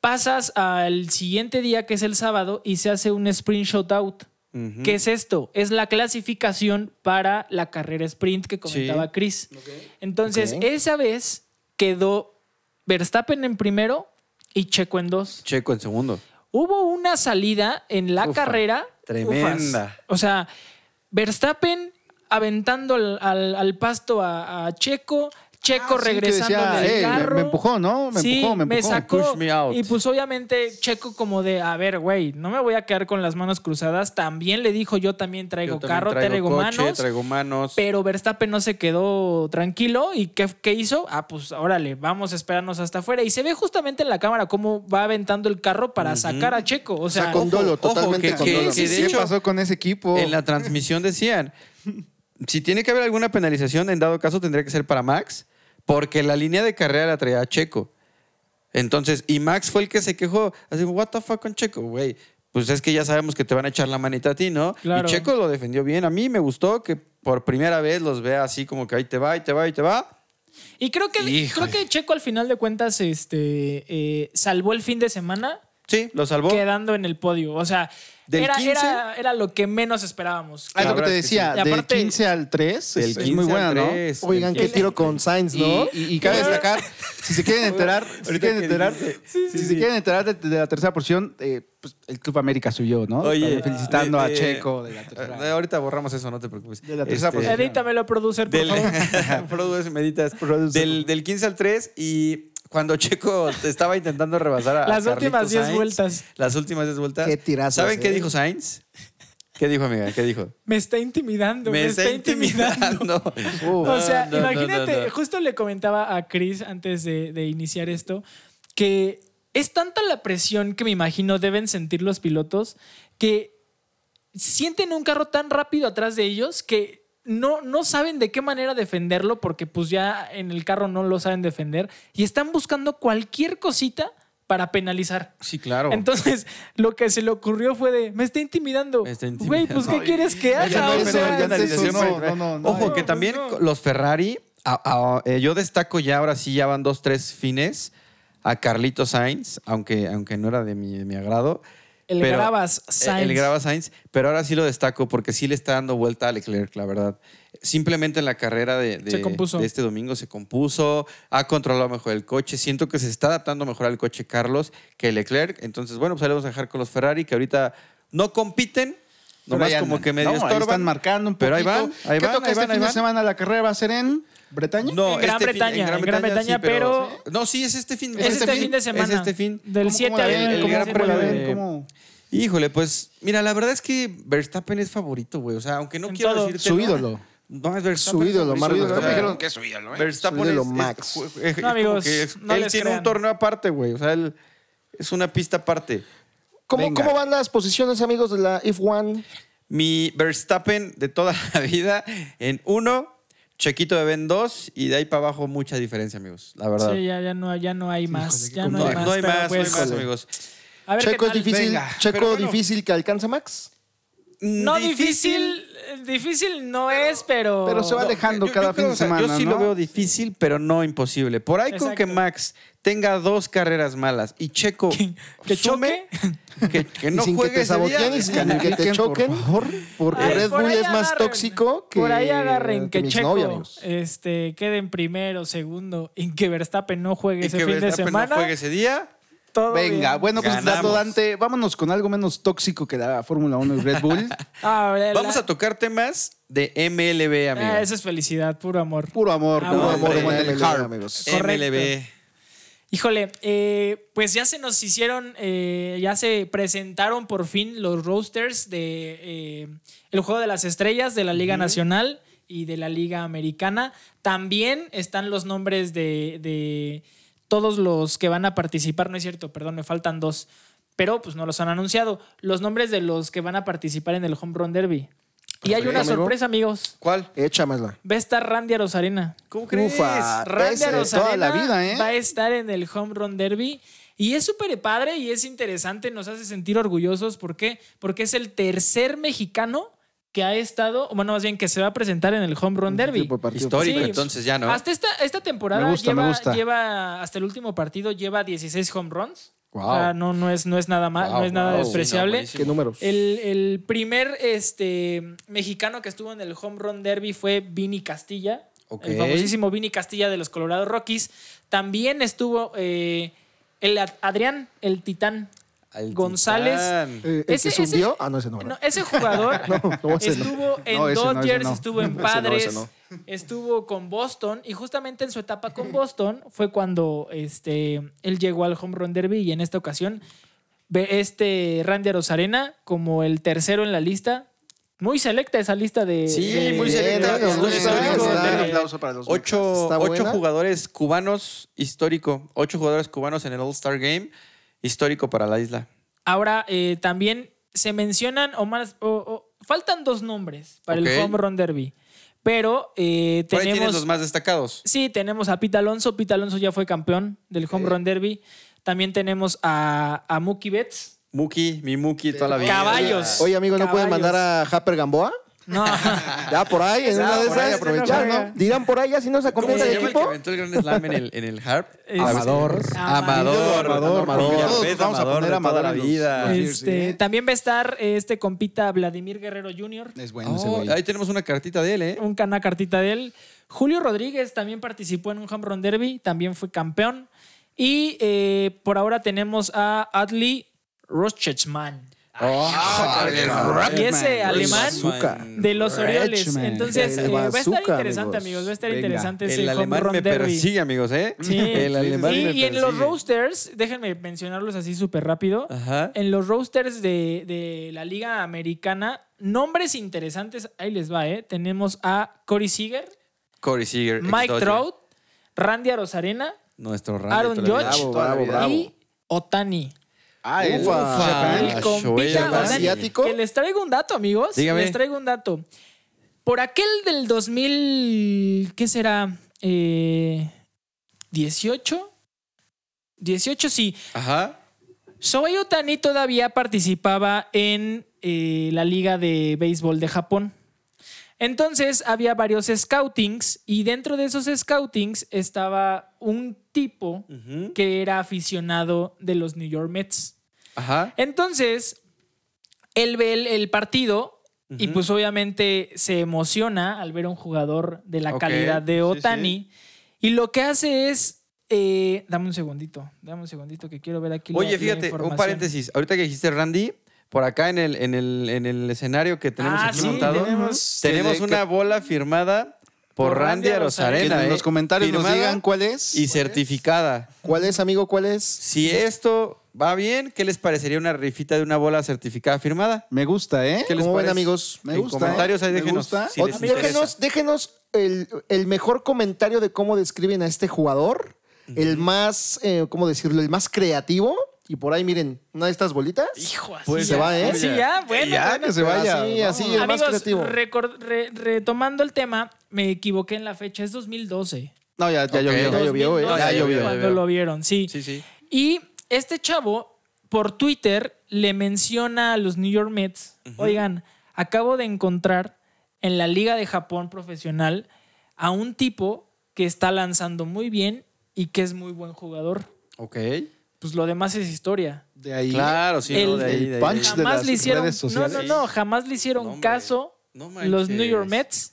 S3: pasas al siguiente día, que es el sábado, y se hace un sprint shootout. ¿Qué es esto? Es la clasificación para la carrera sprint que comentaba
S2: Sí.
S3: Chris. Entonces,
S4: Ok.
S3: esa vez quedó Verstappen en primero y Checo en dos.
S2: Checo en segundo.
S3: Hubo una salida en la
S2: Ufa,
S3: carrera.
S2: tremenda.
S3: ufas. O sea, Verstappen aventando al, al- al pasto a, a Checo, Checo
S5: Ah, sí, que
S3: regresando
S5: decía,
S3: del
S5: "Ey, me-
S3: carro.
S5: me empujó, ¿no? Me
S3: Sí,
S5: empujó, me empujó.
S3: sacó.
S2: Push me out.
S3: Y pues obviamente Checo como de, a ver, güey, no me voy a quedar con las manos cruzadas. También le dijo, yo también traigo
S2: Yo también
S3: carro, traigo,
S2: coche,
S3: manos.
S2: Traigo manos.
S3: Pero Verstappen no se quedó tranquilo. ¿Y qué, qué hizo? Ah, pues órale, vamos a esperarnos hasta afuera. Y se ve justamente en la cámara cómo va aventando el carro para sacar a Checo. O sea,
S4: con dolo,
S2: ojo,
S4: totalmente
S2: que-
S4: con
S2: que-
S4: dolo.
S2: que de
S5: ¿Qué
S2: hecho-
S5: pasó con ese equipo?
S2: En la transmisión decían, si tiene que haber alguna penalización, en dado caso tendría que ser para Max, porque la línea de carrera la traía Checo. Entonces, y Max fue el que se quejó, así, what the fuck con Checo, güey. Pues es que ya sabemos que te van a echar la manita a ti, ¿no?
S3: Claro.
S2: Y Checo lo defendió bien. A mí me gustó que por primera vez los vea así como que ahí te va, ahí te va, ahí te va.
S3: y creo que, creo que Checo al final de cuentas este, eh, salvó el fin de semana
S2: Sí, lo salvó.
S3: quedando en el podio. O sea,
S2: Del
S3: era,
S2: 15.
S3: era, era lo que menos esperábamos.
S5: Ah, es lo que
S2: La
S5: te
S2: verdad es que
S5: decía,
S3: sí. Y
S5: del
S3: aparte-
S5: 15 al 3
S2: Del
S5: es, es
S2: 15
S5: muy buena,
S2: al
S5: ¿no?
S2: 3,
S4: Oigan,
S2: del
S4: qué
S2: 15.
S4: tiro con Sainz, ¿no?
S5: Y, y- y cabe destacar, si se quieren enterar, si se quieren
S2: que
S5: enterar,
S2: dijiste.
S5: si se quieren enterar de, de la tercera porción, eh, pues, el Club América subió, ¿no?
S2: Oye,
S5: felicitando
S2: de-
S5: a
S2: de-
S5: Checo de la tercera.
S2: eh, Ahorita borramos eso, no te preocupes. Este,
S5: De la tercera posición.
S3: Edítamelo, producer, por
S2: pues, Del,
S3: favor.
S2: Produce, meditas.
S5: Produce.
S2: Del, del 15 al 3 y cuando Checo te estaba intentando rebasar a
S3: Las
S2: a
S3: últimas
S2: Carlitos
S3: 10
S2: Sainz,
S3: vueltas.
S2: Las últimas 10 vueltas.
S4: Qué tirazos,
S2: ¿Saben qué
S4: eh.
S2: dijo Sainz? ¿Qué dijo, amiga? ¿Qué dijo?
S3: Me está intimidando, me, está, intimidando.
S5: Uf.
S3: O sea,
S2: No, no, no,
S3: imagínate,
S2: no.
S3: justo le comentaba a Chris antes de, de iniciar esto, que es tanta la presión que me imagino deben sentir los pilotos que sienten un carro tan rápido atrás de ellos que no, no saben de qué manera defenderlo porque pues ya en el carro no lo saben defender y están buscando cualquier cosita para penalizar.
S2: Sí, claro.
S3: Entonces, lo que se le ocurrió fue de, me está intimidando.
S2: Me está
S3: Güey, pues, ¿qué
S2: intimidando".
S3: quieres que
S5: Ya
S3: haga?
S5: no hay
S3: O sea,
S5: penal, ya no hay penalización, no, no, no, no.
S2: Ojo,
S5: No,
S2: que
S5: pues
S2: también
S3: no.
S2: los Ferrari, a- a- eh, yo destaco ya, ahora sí, ya van dos, tres fines a Carlito Sainz, aunque, aunque no era de mi, de mi agrado.
S3: El
S2: pero-
S3: Grabas
S2: eh,
S3: Sainz.
S2: El Grabas Sainz, pero ahora sí lo destaco porque sí le está dando vuelta a Leclerc, la verdad. Simplemente en la carrera de, de-
S3: Se compuso.
S2: de este domingo se compuso, ha controlado mejor el coche. Siento que se está adaptando mejor al coche Carlos que Leclerc. Entonces, bueno, pues ahí lo vamos a dejar con los Ferrari que ahorita no compiten,
S5: Pero
S2: nomás
S5: ahí
S2: como
S5: andan.
S2: que medio
S5: No, ahí
S2: estorban.
S5: están marcando un poquito.
S2: Pero ahí van, ahí
S5: ¿Qué
S2: van,
S5: toca
S2: ahí
S5: este
S2: van,
S5: fin
S2: ahí
S5: de
S2: van.
S5: semana? ¿La carrera va a ser en Bretaña?
S2: No, este
S3: En Gran
S2: fin-
S3: Bretaña, en Gran Bretaña, pero-
S2: No, sí, es este fin.
S3: Es este fin de
S2: es
S3: semana.
S2: este fin.
S3: Del
S5: ¿Cómo-
S3: 7
S5: cómo la
S3: al
S5: ven?
S2: el
S5: ¿Cómo-
S2: Gran
S5: cómo la
S2: Premio
S5: ven?
S2: de-
S5: ¿Cómo?
S2: Híjole, pues, mira, la verdad es que Verstappen es favorito, güey. O sea, aunque no
S3: En
S2: quiero
S3: todo.
S2: decirte...
S5: Su
S2: no,
S5: ídolo.
S2: No, es Verstappen.
S4: Su
S2: es
S4: ídolo,
S2: favorito,
S4: Max
S5: Verstappen.
S2: güey. O sea,
S5: Dijeron
S1: que es su ídolo, ¿eh?
S2: Verstappen
S4: Su ídolo
S2: es- es-
S4: Max.
S2: es- es como
S3: amigos,
S2: que es-
S3: no
S2: él
S3: les
S2: tiene
S3: crean.
S2: un torneo aparte, güey. O sea, él es una pista aparte.
S4: ¿Cómo,
S5: Venga.
S4: ¿Cómo van las posiciones, amigos de la F1?
S2: Mi Verstappen de toda la vida en uno, Chequito de Ben dos y de ahí para abajo mucha diferencia, amigos. La verdad.
S3: Sí, ya, ya, no, ya no hay más. Ya no,
S2: no,
S3: hay más.
S2: no hay
S3: pero
S2: más, no hay
S3: pues,
S2: más, amigos.
S3: A ver
S4: Checo
S3: qué
S4: es
S3: tal.
S4: difícil,
S5: Venga,
S4: Checo
S2: pero bueno.
S4: difícil que alcanza Max.
S3: No difícil, eh, difícil no es, pero.
S5: pero se va
S3: No,
S5: de- dejando cada fin de
S2: o sea, Yo
S5: semana,
S2: sí
S5: ¿no?
S2: lo veo difícil, pero no imposible. Por ahí con
S3: Exacto.
S2: que Max tenga dos carreras malas y Checo
S3: Que- que
S2: sume, que, que
S4: Y
S2: no
S4: sin que
S2: juegue
S4: te
S2: ese día.
S4: saboteen y sin que te
S5: Califiquen, por
S4: choquen.
S5: favor, porque
S3: Ay,
S4: Red
S3: por
S4: Bull
S3: ahí
S4: es más
S3: agarren,
S4: tóxico que.
S3: Por ahí agarren que
S4: mis
S3: Checo
S4: novia, amigos.
S3: este, quede en primero, segundo, y que Verstappen no juegue
S2: Y
S3: ese
S2: que
S3: fin de
S2: Verstappen
S3: semana.
S2: no juegue ese día.
S3: todo
S5: Venga,
S3: bien.
S5: bueno, pues
S2: Ganamos.
S5: dato Dante, vámonos con algo menos tóxico que la Fórmula 1 y Red Bull.
S3: Ah, la-
S2: Vamos a tocar temas de MLB,
S3: Ah,
S2: amigos.
S3: eso es felicidad, puro amor.
S5: Puro amor,
S3: Ah,
S5: puro
S3: bueno.
S5: amor
S2: Hombre,
S5: en el
S4: el
S5: heart.
S4: amigos.
S3: correcto.
S2: MLB.
S3: Híjole, eh, pues ya se nos hicieron, eh, ya se presentaron por fin los rosters de eh, el juego de las estrellas de la Liga Nacional y de la Liga Americana. También están los nombres de, de todos los que van a participar. No es cierto, perdón, me faltan dos. Pero pues no los han anunciado. Los nombres de los que van a participar en el Home Run Derby. Y hay una
S4: amigo.
S3: sorpresa, amigos.
S2: ¿Cuál?
S4: Échamela.
S3: Va a estar Randy Arozarena.
S2: ¿Cómo crees?
S4: Ufa.
S3: Randy
S4: Ese de
S3: Arozarena
S4: toda la vida, ¿eh?
S3: va a estar en el Home Run Derby. Y es súper padre y es interesante, nos hace sentir orgullosos. ¿Por qué? Porque es el tercer mexicano que ha estado, o bueno, más bien que se va a presentar en el Home Run Derby.
S4: Tipo de partido.
S2: Histórico,
S3: Sí.
S2: entonces ya, ¿no?
S3: Hasta esta, esta temporada
S5: Me gusta,
S3: lleva,
S5: me gusta.
S3: lleva- hasta el último partido, lleva 16 home runs.
S2: Wow.
S3: O sea, no, no, es, no es nada mal,
S2: Wow,
S3: no es nada
S2: wow.
S3: despreciable.
S2: Sí, no,
S4: ¿Qué números?
S3: El, el primer este, mexicano que estuvo en el Home Run Derby fue Vini Castilla.
S2: Ok.
S3: El famosísimo Vini Castilla de los Colorado Rockies. También estuvo eh, el Ad- Adrián, el Titán.
S2: Al
S3: González.
S2: Titán.
S4: Eh, ¿el
S3: Ese-
S4: que se
S3: ese-
S4: hundió? Ah, no, ese no.
S3: No,
S4: ¿verdad?
S3: ese jugador
S4: no, ese no.
S3: estuvo
S5: No,
S3: en
S5: ese no, ese
S3: Dodgers,
S5: no.
S3: estuvo en
S4: Ese no, ese
S3: Padres,
S4: no.
S3: estuvo con Boston y justamente en su etapa con Boston fue cuando este, él llegó al Home Run Derby y en esta ocasión ve este Randy Arozarena como el tercero en la lista. Muy selecta esa lista de...
S2: Sí,
S3: de-
S4: Eh,
S2: muy
S3: de-
S2: selecta,
S3: de-
S2: nos
S3: de-
S2: gusta,
S3: de-
S2: nos
S3: de-
S2: gusta.
S3: de-
S5: para los
S2: Ocho,
S4: ¿Está
S2: ocho
S4: buena?
S2: jugadores cubanos histórico. Ocho jugadores cubanos en el All-Star Game histórico para la isla.
S3: Ahora, eh, también se mencionan, o más, o- o- faltan dos nombres para el
S2: Ok.
S3: Home Run Derby, pero eh,
S2: Por ahí tienes
S3: tenemos...
S2: los más destacados.
S3: Sí, tenemos a Pete Alonso. Pete Alonso ya fue campeón del Home Run Derby. También tenemos a, a Mookie Betts.
S2: Muki, mi Muki, toda la vida.
S3: Caballos.
S4: Oye, amigo, ¿no pueden
S3: Caballos.
S4: mandar a Happer Gamboa?
S3: No,
S4: Ya por ahí, en
S3: Ya,
S4: una de
S3: por ahí,
S4: esas.
S3: aprovechar.
S4: ya, ¿no? Dirán por ahí, ya si no se
S2: ¿Cómo
S4: completa
S2: se
S4: el
S2: llama el que
S4: equipo.
S2: aventó el gran slam en el, en el harp?
S3: Este,
S2: Amador. Amador.
S3: Amador.
S2: Amador.
S4: Amador.
S2: Amador.
S5: Vamos a
S2: Amador de
S5: poner Amador
S2: toda la
S5: en los-
S2: vida.
S3: Este, También va a estar eh, este compita Vladimir Guerrero Jr.,
S5: Es bueno ese
S2: Oh,
S5: güey.
S2: ahí tenemos una cartita de él, ¿eh?
S3: un cana cartita de él. Julio Rodríguez también participó en un Home Run Derby, también fue campeón. Y eh, por ahora tenemos a Adley Rochechman. Y ese alemán
S2: Bazooka.
S3: de los Orioles.
S5: Rechman.
S3: Entonces,
S4: El
S3: eh, va a estar
S4: bazooka,
S3: interesante,
S4: amigos.
S3: amigos. Va a estar
S5: Venga.
S3: interesante ese
S2: El
S3: home
S2: alemán
S3: run
S2: me
S3: derby.
S2: persigue, amigos, ¿eh?
S3: Sí.
S2: El alemán
S3: Y,
S2: me
S3: y en los
S2: persigue.
S3: roasters, déjenme mencionarlos así súper rápido.
S2: Ajá.
S3: En los roasters de, de la Liga Americana, nombres interesantes, ahí les va, ¿eh? Tenemos a Corey Seager,
S2: Corey Seager. ex
S3: Mike
S2: Dodger.
S3: Trout, Randy Arozarena
S2: Nuestro Randy.
S3: Aaron
S2: toda la vida.
S3: Judge
S4: Toda la vida. Bravo,
S3: y Otani.
S5: Ah,
S4: el-
S2: Ufa.
S3: El compita
S2: Shohei
S3: Otani.
S2: Ohtani.
S4: asiático.
S3: Que les traigo un dato, amigos.
S2: Dígame.
S3: Les traigo un dato. Por aquel del 2000, ¿qué será? Eh, 18. 18, sí.
S2: Ajá.
S3: Shohei Otani todavía participaba en eh, la Liga de Béisbol de Japón. Entonces había varios scoutings y dentro de esos scoutings estaba un tipo
S2: Ujú.
S3: que era aficionado de los New York Mets.
S2: Ajá.
S3: Entonces, él ve el, el partido y
S2: Ujú.
S3: pues obviamente se emociona al ver a un jugador de la
S2: Ok,
S3: calidad
S2: sí,
S3: de Otani. Y lo que hace es... eh, dame un segundito, dame un segundito que quiero ver aquí. la-
S2: Oye,
S3: la
S2: fíjate, un
S3: información.
S2: paréntesis. Ahorita que dijiste Randy, por acá en el, en el, en el escenario que tenemos
S3: Ah,
S2: aquí
S3: sí,
S2: montado,
S3: tenemos-
S2: tenemos
S5: que-
S2: una bola firmada por,
S3: Por Randy
S2: Randy
S5: Que
S2: Arozarena.
S5: en
S2: ¿eh?
S5: los comentarios nos
S2: Firmada
S5: digan cuál es.
S2: Y certificada.
S4: ¿Cuál es, amigo? ¿Cuál es?
S2: Si esto va bien, ¿qué les parecería una rifita de una bola certificada firmada?
S5: Me gusta, ¿eh?
S2: ¿Qué les
S4: ¿Cómo ven,
S2: parece?
S4: amigos?
S5: Me
S2: en
S5: gusta,
S2: comentarios ahí
S5: ¿eh? Me
S2: déjenos.
S5: gusta.
S2: si
S4: O-
S2: les
S4: déjenos
S2: interesa.
S4: déjenos el, el mejor comentario de cómo describen a este jugador. El más, eh, ¿cómo decirlo? El más creativo. Y por ahí, miren, una de estas bolitas.
S3: Hijo, así
S4: Pues
S3: ya,
S4: se va, ¿eh?
S3: así ya, bueno,
S5: Ya,
S3: bueno.
S5: que se vaya.
S4: Así, así, el más
S3: Amigos,
S4: creativo.
S3: recor- re- retomando el tema, me equivoqué en la fecha, es 2012.
S5: No, ya, ya
S2: Ok.
S5: llovió.
S4: Ya llovió, ¿eh?
S2: Ya llovió, ya
S3: Cuando
S2: llovió.
S3: lo vieron, sí.
S2: Sí, sí.
S3: Y este chavo por Twitter le menciona a los New York Mets, oigan, acabo de encontrar en la Liga de Japón profesional a un tipo que está lanzando muy bien y que es muy buen jugador.
S2: Ok.
S3: Pues lo demás es historia.
S5: De ahí.
S2: Claro, sí.
S3: El-
S2: no, de ahí, de ahí,
S5: el
S2: de ahí.
S5: punch de
S3: Jamás
S5: las
S3: le hicieron,
S5: redes
S3: no,
S5: sociales.
S3: no, no, jamás le
S2: No,
S3: hicieron
S2: hombre.
S3: caso
S2: No
S3: los New York
S2: manches.
S3: Mets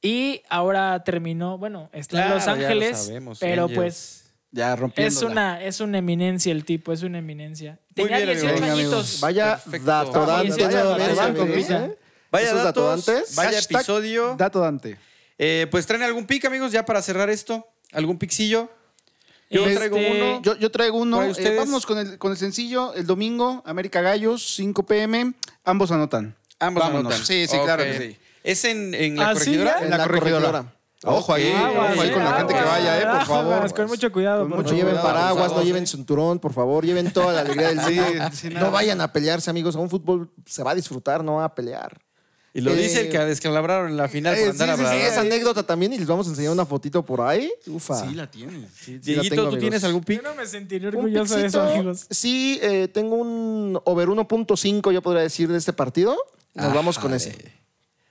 S3: y ahora terminó, bueno, está en
S2: Claro,
S3: Los
S2: ya lo
S3: Ángeles,
S2: sabemos,
S3: pero
S2: Angels.
S3: pues
S5: Ya
S3: Es
S5: rompiendo.
S3: una, es una eminencia el tipo, es una eminencia.
S2: Muy
S3: Tenía
S2: bien, amigos.
S3: 18
S2: Venga,
S3: añitos.
S4: Vaya
S2: Perfecto.
S4: dato
S3: Vamos,
S4: dante,
S3: vaya dato
S4: nuevamente,
S3: dante,
S4: amigos,
S3: compita.
S4: ¿eh?
S2: Vaya
S4: Esos
S2: datos,
S4: datodantes.
S2: vaya
S5: Hashtag
S2: episodio.
S5: Dato Dante.
S2: Eh, pues traen algún pick, amigos, ya para cerrar esto. ¿Algún pixillo?
S3: Yo
S2: traigo uno.
S1: Este, Yo, yo traigo uno.
S2: ¿Trae
S1: Eh,
S2: ustedes?
S1: vámonos con el, con el sencillo. El domingo, América Gallos, 5 pm. Ambos anotan.
S2: Ambos
S1: Vámonos.
S2: anotan.
S1: Sí, sí, claro
S2: Ok.
S1: que sí.
S2: ¿Es en, en la
S3: ¿Ah, sí,
S2: corregidora?
S3: ya?
S1: En la, corregidora. Ah, Ojo ahí,
S2: Ok.
S1: ojo ahí
S3: eh,
S1: con la gente que
S3: aguas,
S1: vaya, eh, por
S3: aguas,
S1: favor.
S3: Con mucho cuidado. por
S4: No
S1: mucho
S3: favor.
S4: lleven
S1: cuidado,
S4: paraguas,
S1: usados,
S4: no lleven cinturón, por favor, lleven toda la alegría del mundo.
S1: sí, nada.
S4: no vayan a pelearse, amigos. A un fútbol se va a disfrutar, no a pelear.
S2: Y lo
S4: Eh,
S2: dice el que descalabraron en la final
S4: Eh,
S2: por andar a hablar.
S4: esa anécdota también y les vamos a enseñar una fotito por ahí. Ufa.
S1: la tiene. Sí, sí la
S2: Dieguito,
S1: tengo,
S2: ¿tú
S1: amigos.
S2: tienes algún
S3: Yo
S2: pick?
S3: no me sentiré
S4: Un
S3: orgulloso de eso,
S4: pixito,
S3: amigos.
S4: Sí, eh, tengo un over 1.5, yo podría decir, de este partido. Nos vamos con ese.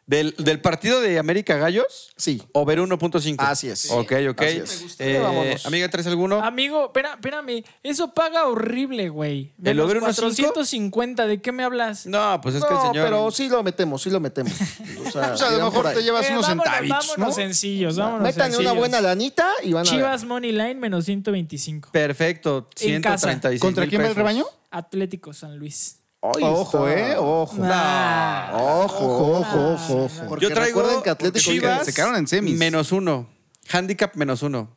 S2: ¿Del, del partido de América Gallos?
S4: Sí.
S2: Over 1.5.
S4: Así es.
S2: Ok, ok.
S4: Así es. Me gusta.
S2: Eh,
S4: Vámonos.
S2: amiga, ¿traes alguno?
S3: Amigo, espera, espérame, eso paga horrible, güey.
S2: ¿El
S3: Menos
S2: over 1.5?
S3: 450, ¿de qué me hablas?
S2: No, pues es que el
S4: no,
S2: señor.
S4: pero sí lo metemos, sí lo metemos. O sea,
S1: O sea, a
S4: irán
S1: lo
S4: por
S1: mejor
S4: ahí.
S1: te llevas
S3: Eh,
S1: unos
S3: vámonos,
S1: centavitos, ¿no?
S3: Vámonos sencillos, vámonos
S4: Métanle una
S3: sencillos.
S4: buena lanita y van a ver.
S3: Chivas Money Line menos 125.
S2: Perfecto.
S3: En casa.
S2: 136.
S1: ¿Contra
S2: mil
S1: quién va el
S2: pesos.
S1: rebaño?
S3: Atlético San Luis.
S4: Ahí
S1: Ojo,
S4: está.
S1: eh, ojo.
S3: Nah.
S4: Ojo, ojo, ojo, ojo. Ah, Porque
S2: Ah, Yo traigo.
S4: recuerden que Atlético
S2: Chivas,
S1: se quedaron en semis.
S2: Menos uno. Handicap menos uno.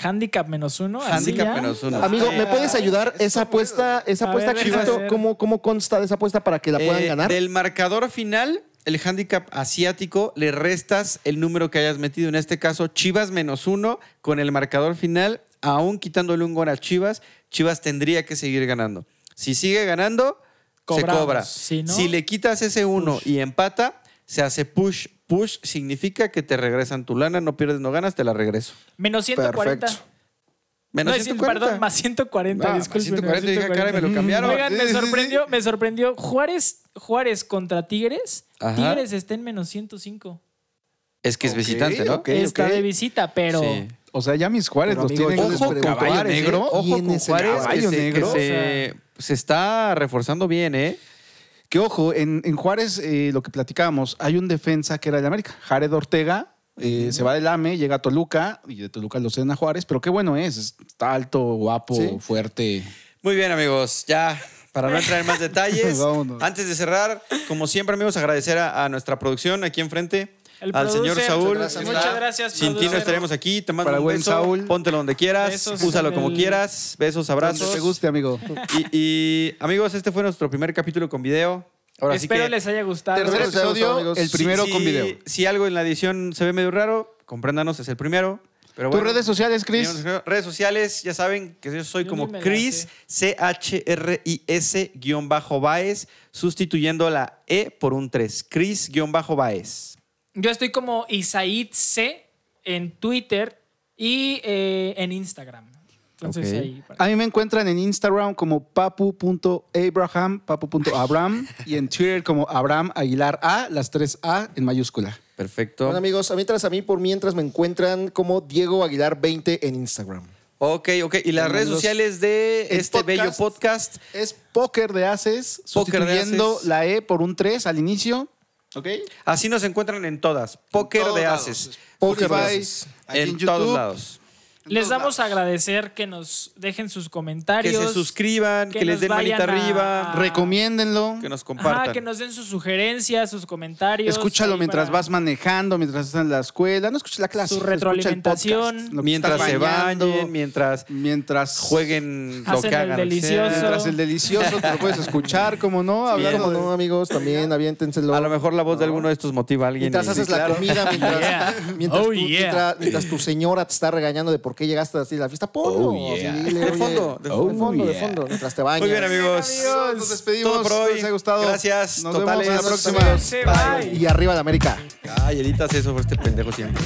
S3: Handicap menos uno. así
S2: Handicap
S3: ¿Ah, ya.
S2: menos uno.
S4: Amigo, ¿me puedes ayudar? Esa apuesta, esa
S3: A
S4: apuesta,
S3: ver,
S4: Chivito,
S3: déjame ver.
S4: ¿cómo, ¿cómo consta de esa apuesta para que la puedan
S2: Eh,
S4: ganar?
S2: Del marcador final, el handicap asiático, le restas el número que hayas metido. En este caso, Chivas menos uno con el marcador final. Aún quitándole un gol a Chivas, Chivas tendría que seguir ganando. Si sigue ganando,
S3: Cobramos.
S2: se cobra.
S3: Si no-
S2: le quitas ese uno y empata, se hace push. Push significa que te regresan tu lana, no pierdes, no ganas, te la regreso.
S3: Menos 140.
S4: Perfecto.
S2: Menos
S3: No, es cien-
S2: 140.
S3: Perdón, más 140,
S2: Ah, más
S3: disculpen.
S2: 140, dije, caray, me lo cambiaron.
S3: Oigan,
S2: Sí,
S3: me
S2: sí, sí.
S3: sorprendió, me sorprendió. Juárez, Juárez contra Tigres.
S2: Ajá.
S3: Tigres está en menos 105.
S2: Es que es visitante, ¿no?
S1: ok.
S3: está de visita, pero...
S2: Sí.
S1: O sea, ya mis Juárez
S4: Pero,
S1: los
S4: amigo,
S1: tienen
S4: yo les
S1: Ojo con
S4: pregunto,
S1: caballo
S4: Juárez, ¿eh?
S1: negro.
S4: Ojo
S1: Ojo
S4: ¿Quién
S1: con
S4: es el
S1: Juárez.
S4: caballo
S1: que se- que
S2: negro.
S1: se-
S2: se, se está reforzando bien, ¿eh?
S1: Que ojo, en, en Juárez, eh, lo que platicábamos, hay un defensa que era de América, Jared Ortega, eh, se va del AME, llega a Toluca, y de Toluca lo ceden a Juárez, pero qué bueno es, está alto, guapo,
S4: Sí.
S1: fuerte.
S2: Muy bien, amigos. Ya, para no entrar en más detalles,
S1: Vámonos.
S2: antes de cerrar, como siempre, amigos, agradecer a, a nuestra producción aquí enfrente.
S3: El
S2: al señor
S3: producer.
S2: Saúl.
S3: Muchas gracias,
S2: que está-
S3: muchas gracias,
S2: Sin ti no
S3: producer.
S2: estaremos aquí. Te mando
S1: Para
S2: un
S1: buen
S2: beso.
S1: Saúl.
S2: Póntelo donde quieras.
S3: Besos
S2: úsalo
S3: en
S2: como
S3: el-
S2: quieras. Besos,
S1: Donde
S2: abrazos.
S1: te guste, amigo.
S2: Y, y, amigos, este fue nuestro primer capítulo con video. Ahora sí
S3: Espero
S2: que
S3: les haya gustado.
S1: Tercer
S4: Tercer episodio,
S1: episodio, el
S4: amigos.
S1: primero
S2: si-
S1: con
S2: si-
S1: video.
S2: Si algo en la edición se ve medio raro, compréndanos, es el primero. Pero
S1: Tus
S2: bueno.
S1: redes sociales, Chris.
S2: Mis Redes sociales, ya saben que yo soy
S3: Yo
S2: como
S3: ni me la
S2: Chris, C-H-R-I-S, guión bajo Baez, sustituyendo la E por un 3. Chris, guión bajo Baez.
S3: Yo estoy como Isaid C en Twitter y eh, en Instagram. Entonces
S2: Ok.
S3: ahí. para-
S1: A mí me encuentran en Instagram como papu.abraham, papu.abraham, y en Twitter como Abraham Aguilar A, las tres A en mayúscula.
S2: Perfecto.
S4: Bueno, amigos, a mí tras a mí, por mientras me encuentran como Diego Aguilar 20 en Instagram.
S2: Ok, ok. Y las
S1: Bueno,
S2: redes
S1: amigos,
S2: sociales de
S1: el
S2: este bello
S1: podcast-
S2: podcast.
S1: Es póker de haces,
S2: Póker de
S1: sustituyendo
S2: haces.
S1: la E por un 3 al inicio. ¿Ok?
S2: Así nos encuentran en todas. Póker
S1: todos
S2: de
S1: lados.
S2: haces.
S1: Póker de
S2: Spotify,
S1: Haces. Aquí
S2: En,
S1: en
S2: todos
S1: YouTube.
S2: lados.
S3: Les vamos a agradecer que nos dejen sus
S2: Que
S3: comentarios.
S2: se suscriban, que,
S3: que
S2: les
S3: nos
S2: den manita
S3: vayan a-
S2: arriba,
S3: Ah.
S1: Recomiéndenlo.
S2: que nos compartan.
S3: Ajá, que nos den sus sugerencias, sus comentarios.
S1: Escúchalo
S3: ahí
S1: mientras
S3: para
S1: vas manejando, mientras estás en la escuela. No escuches la clase.
S3: Su
S1: escucha el
S3: retroalimentación.
S1: podcast, lo que
S2: mientras
S1: estás
S2: se
S1: bañando,
S2: bañen, mientras
S1: mientras
S2: jueguen lo
S3: Hacen
S2: que
S3: el
S2: hagan.
S3: delicioso.
S1: Mientras el delicioso te lo puedes escuchar, como no,
S4: Hablar
S1: hablando
S4: como
S1: de-
S4: no, amigos, también aviéntenselo.
S2: A lo mejor la voz de alguno de estos motiva a alguien.
S4: Mientras
S2: y-
S4: haces
S2: Sí,
S4: la
S2: claro.
S4: comida, mientras,
S3: Yeah.
S4: mientras,
S3: Oh,
S4: tu,
S3: yeah.
S4: mientras- mientras tu señora te está regañando de por qué llegaste así a la fiesta, ponlo.
S1: Oh, yeah.
S4: así, dile,
S2: De
S4: oye,
S2: fondo, de
S4: de
S1: fondo.
S4: fondo,
S1: Oh,
S4: de
S1: yeah.
S4: fondo, mientras te bañas.
S2: Muy bien, amigos.
S1: Nos despedimos.
S2: Todo por hoy.
S1: Espero les haya gustado.
S2: Gracias.
S1: Nos
S2: Totales.
S1: vemos en la próxima.
S3: Cuídense, bye.
S4: Y arriba de América.
S2: Ay, editas eso por este pendejo siempre.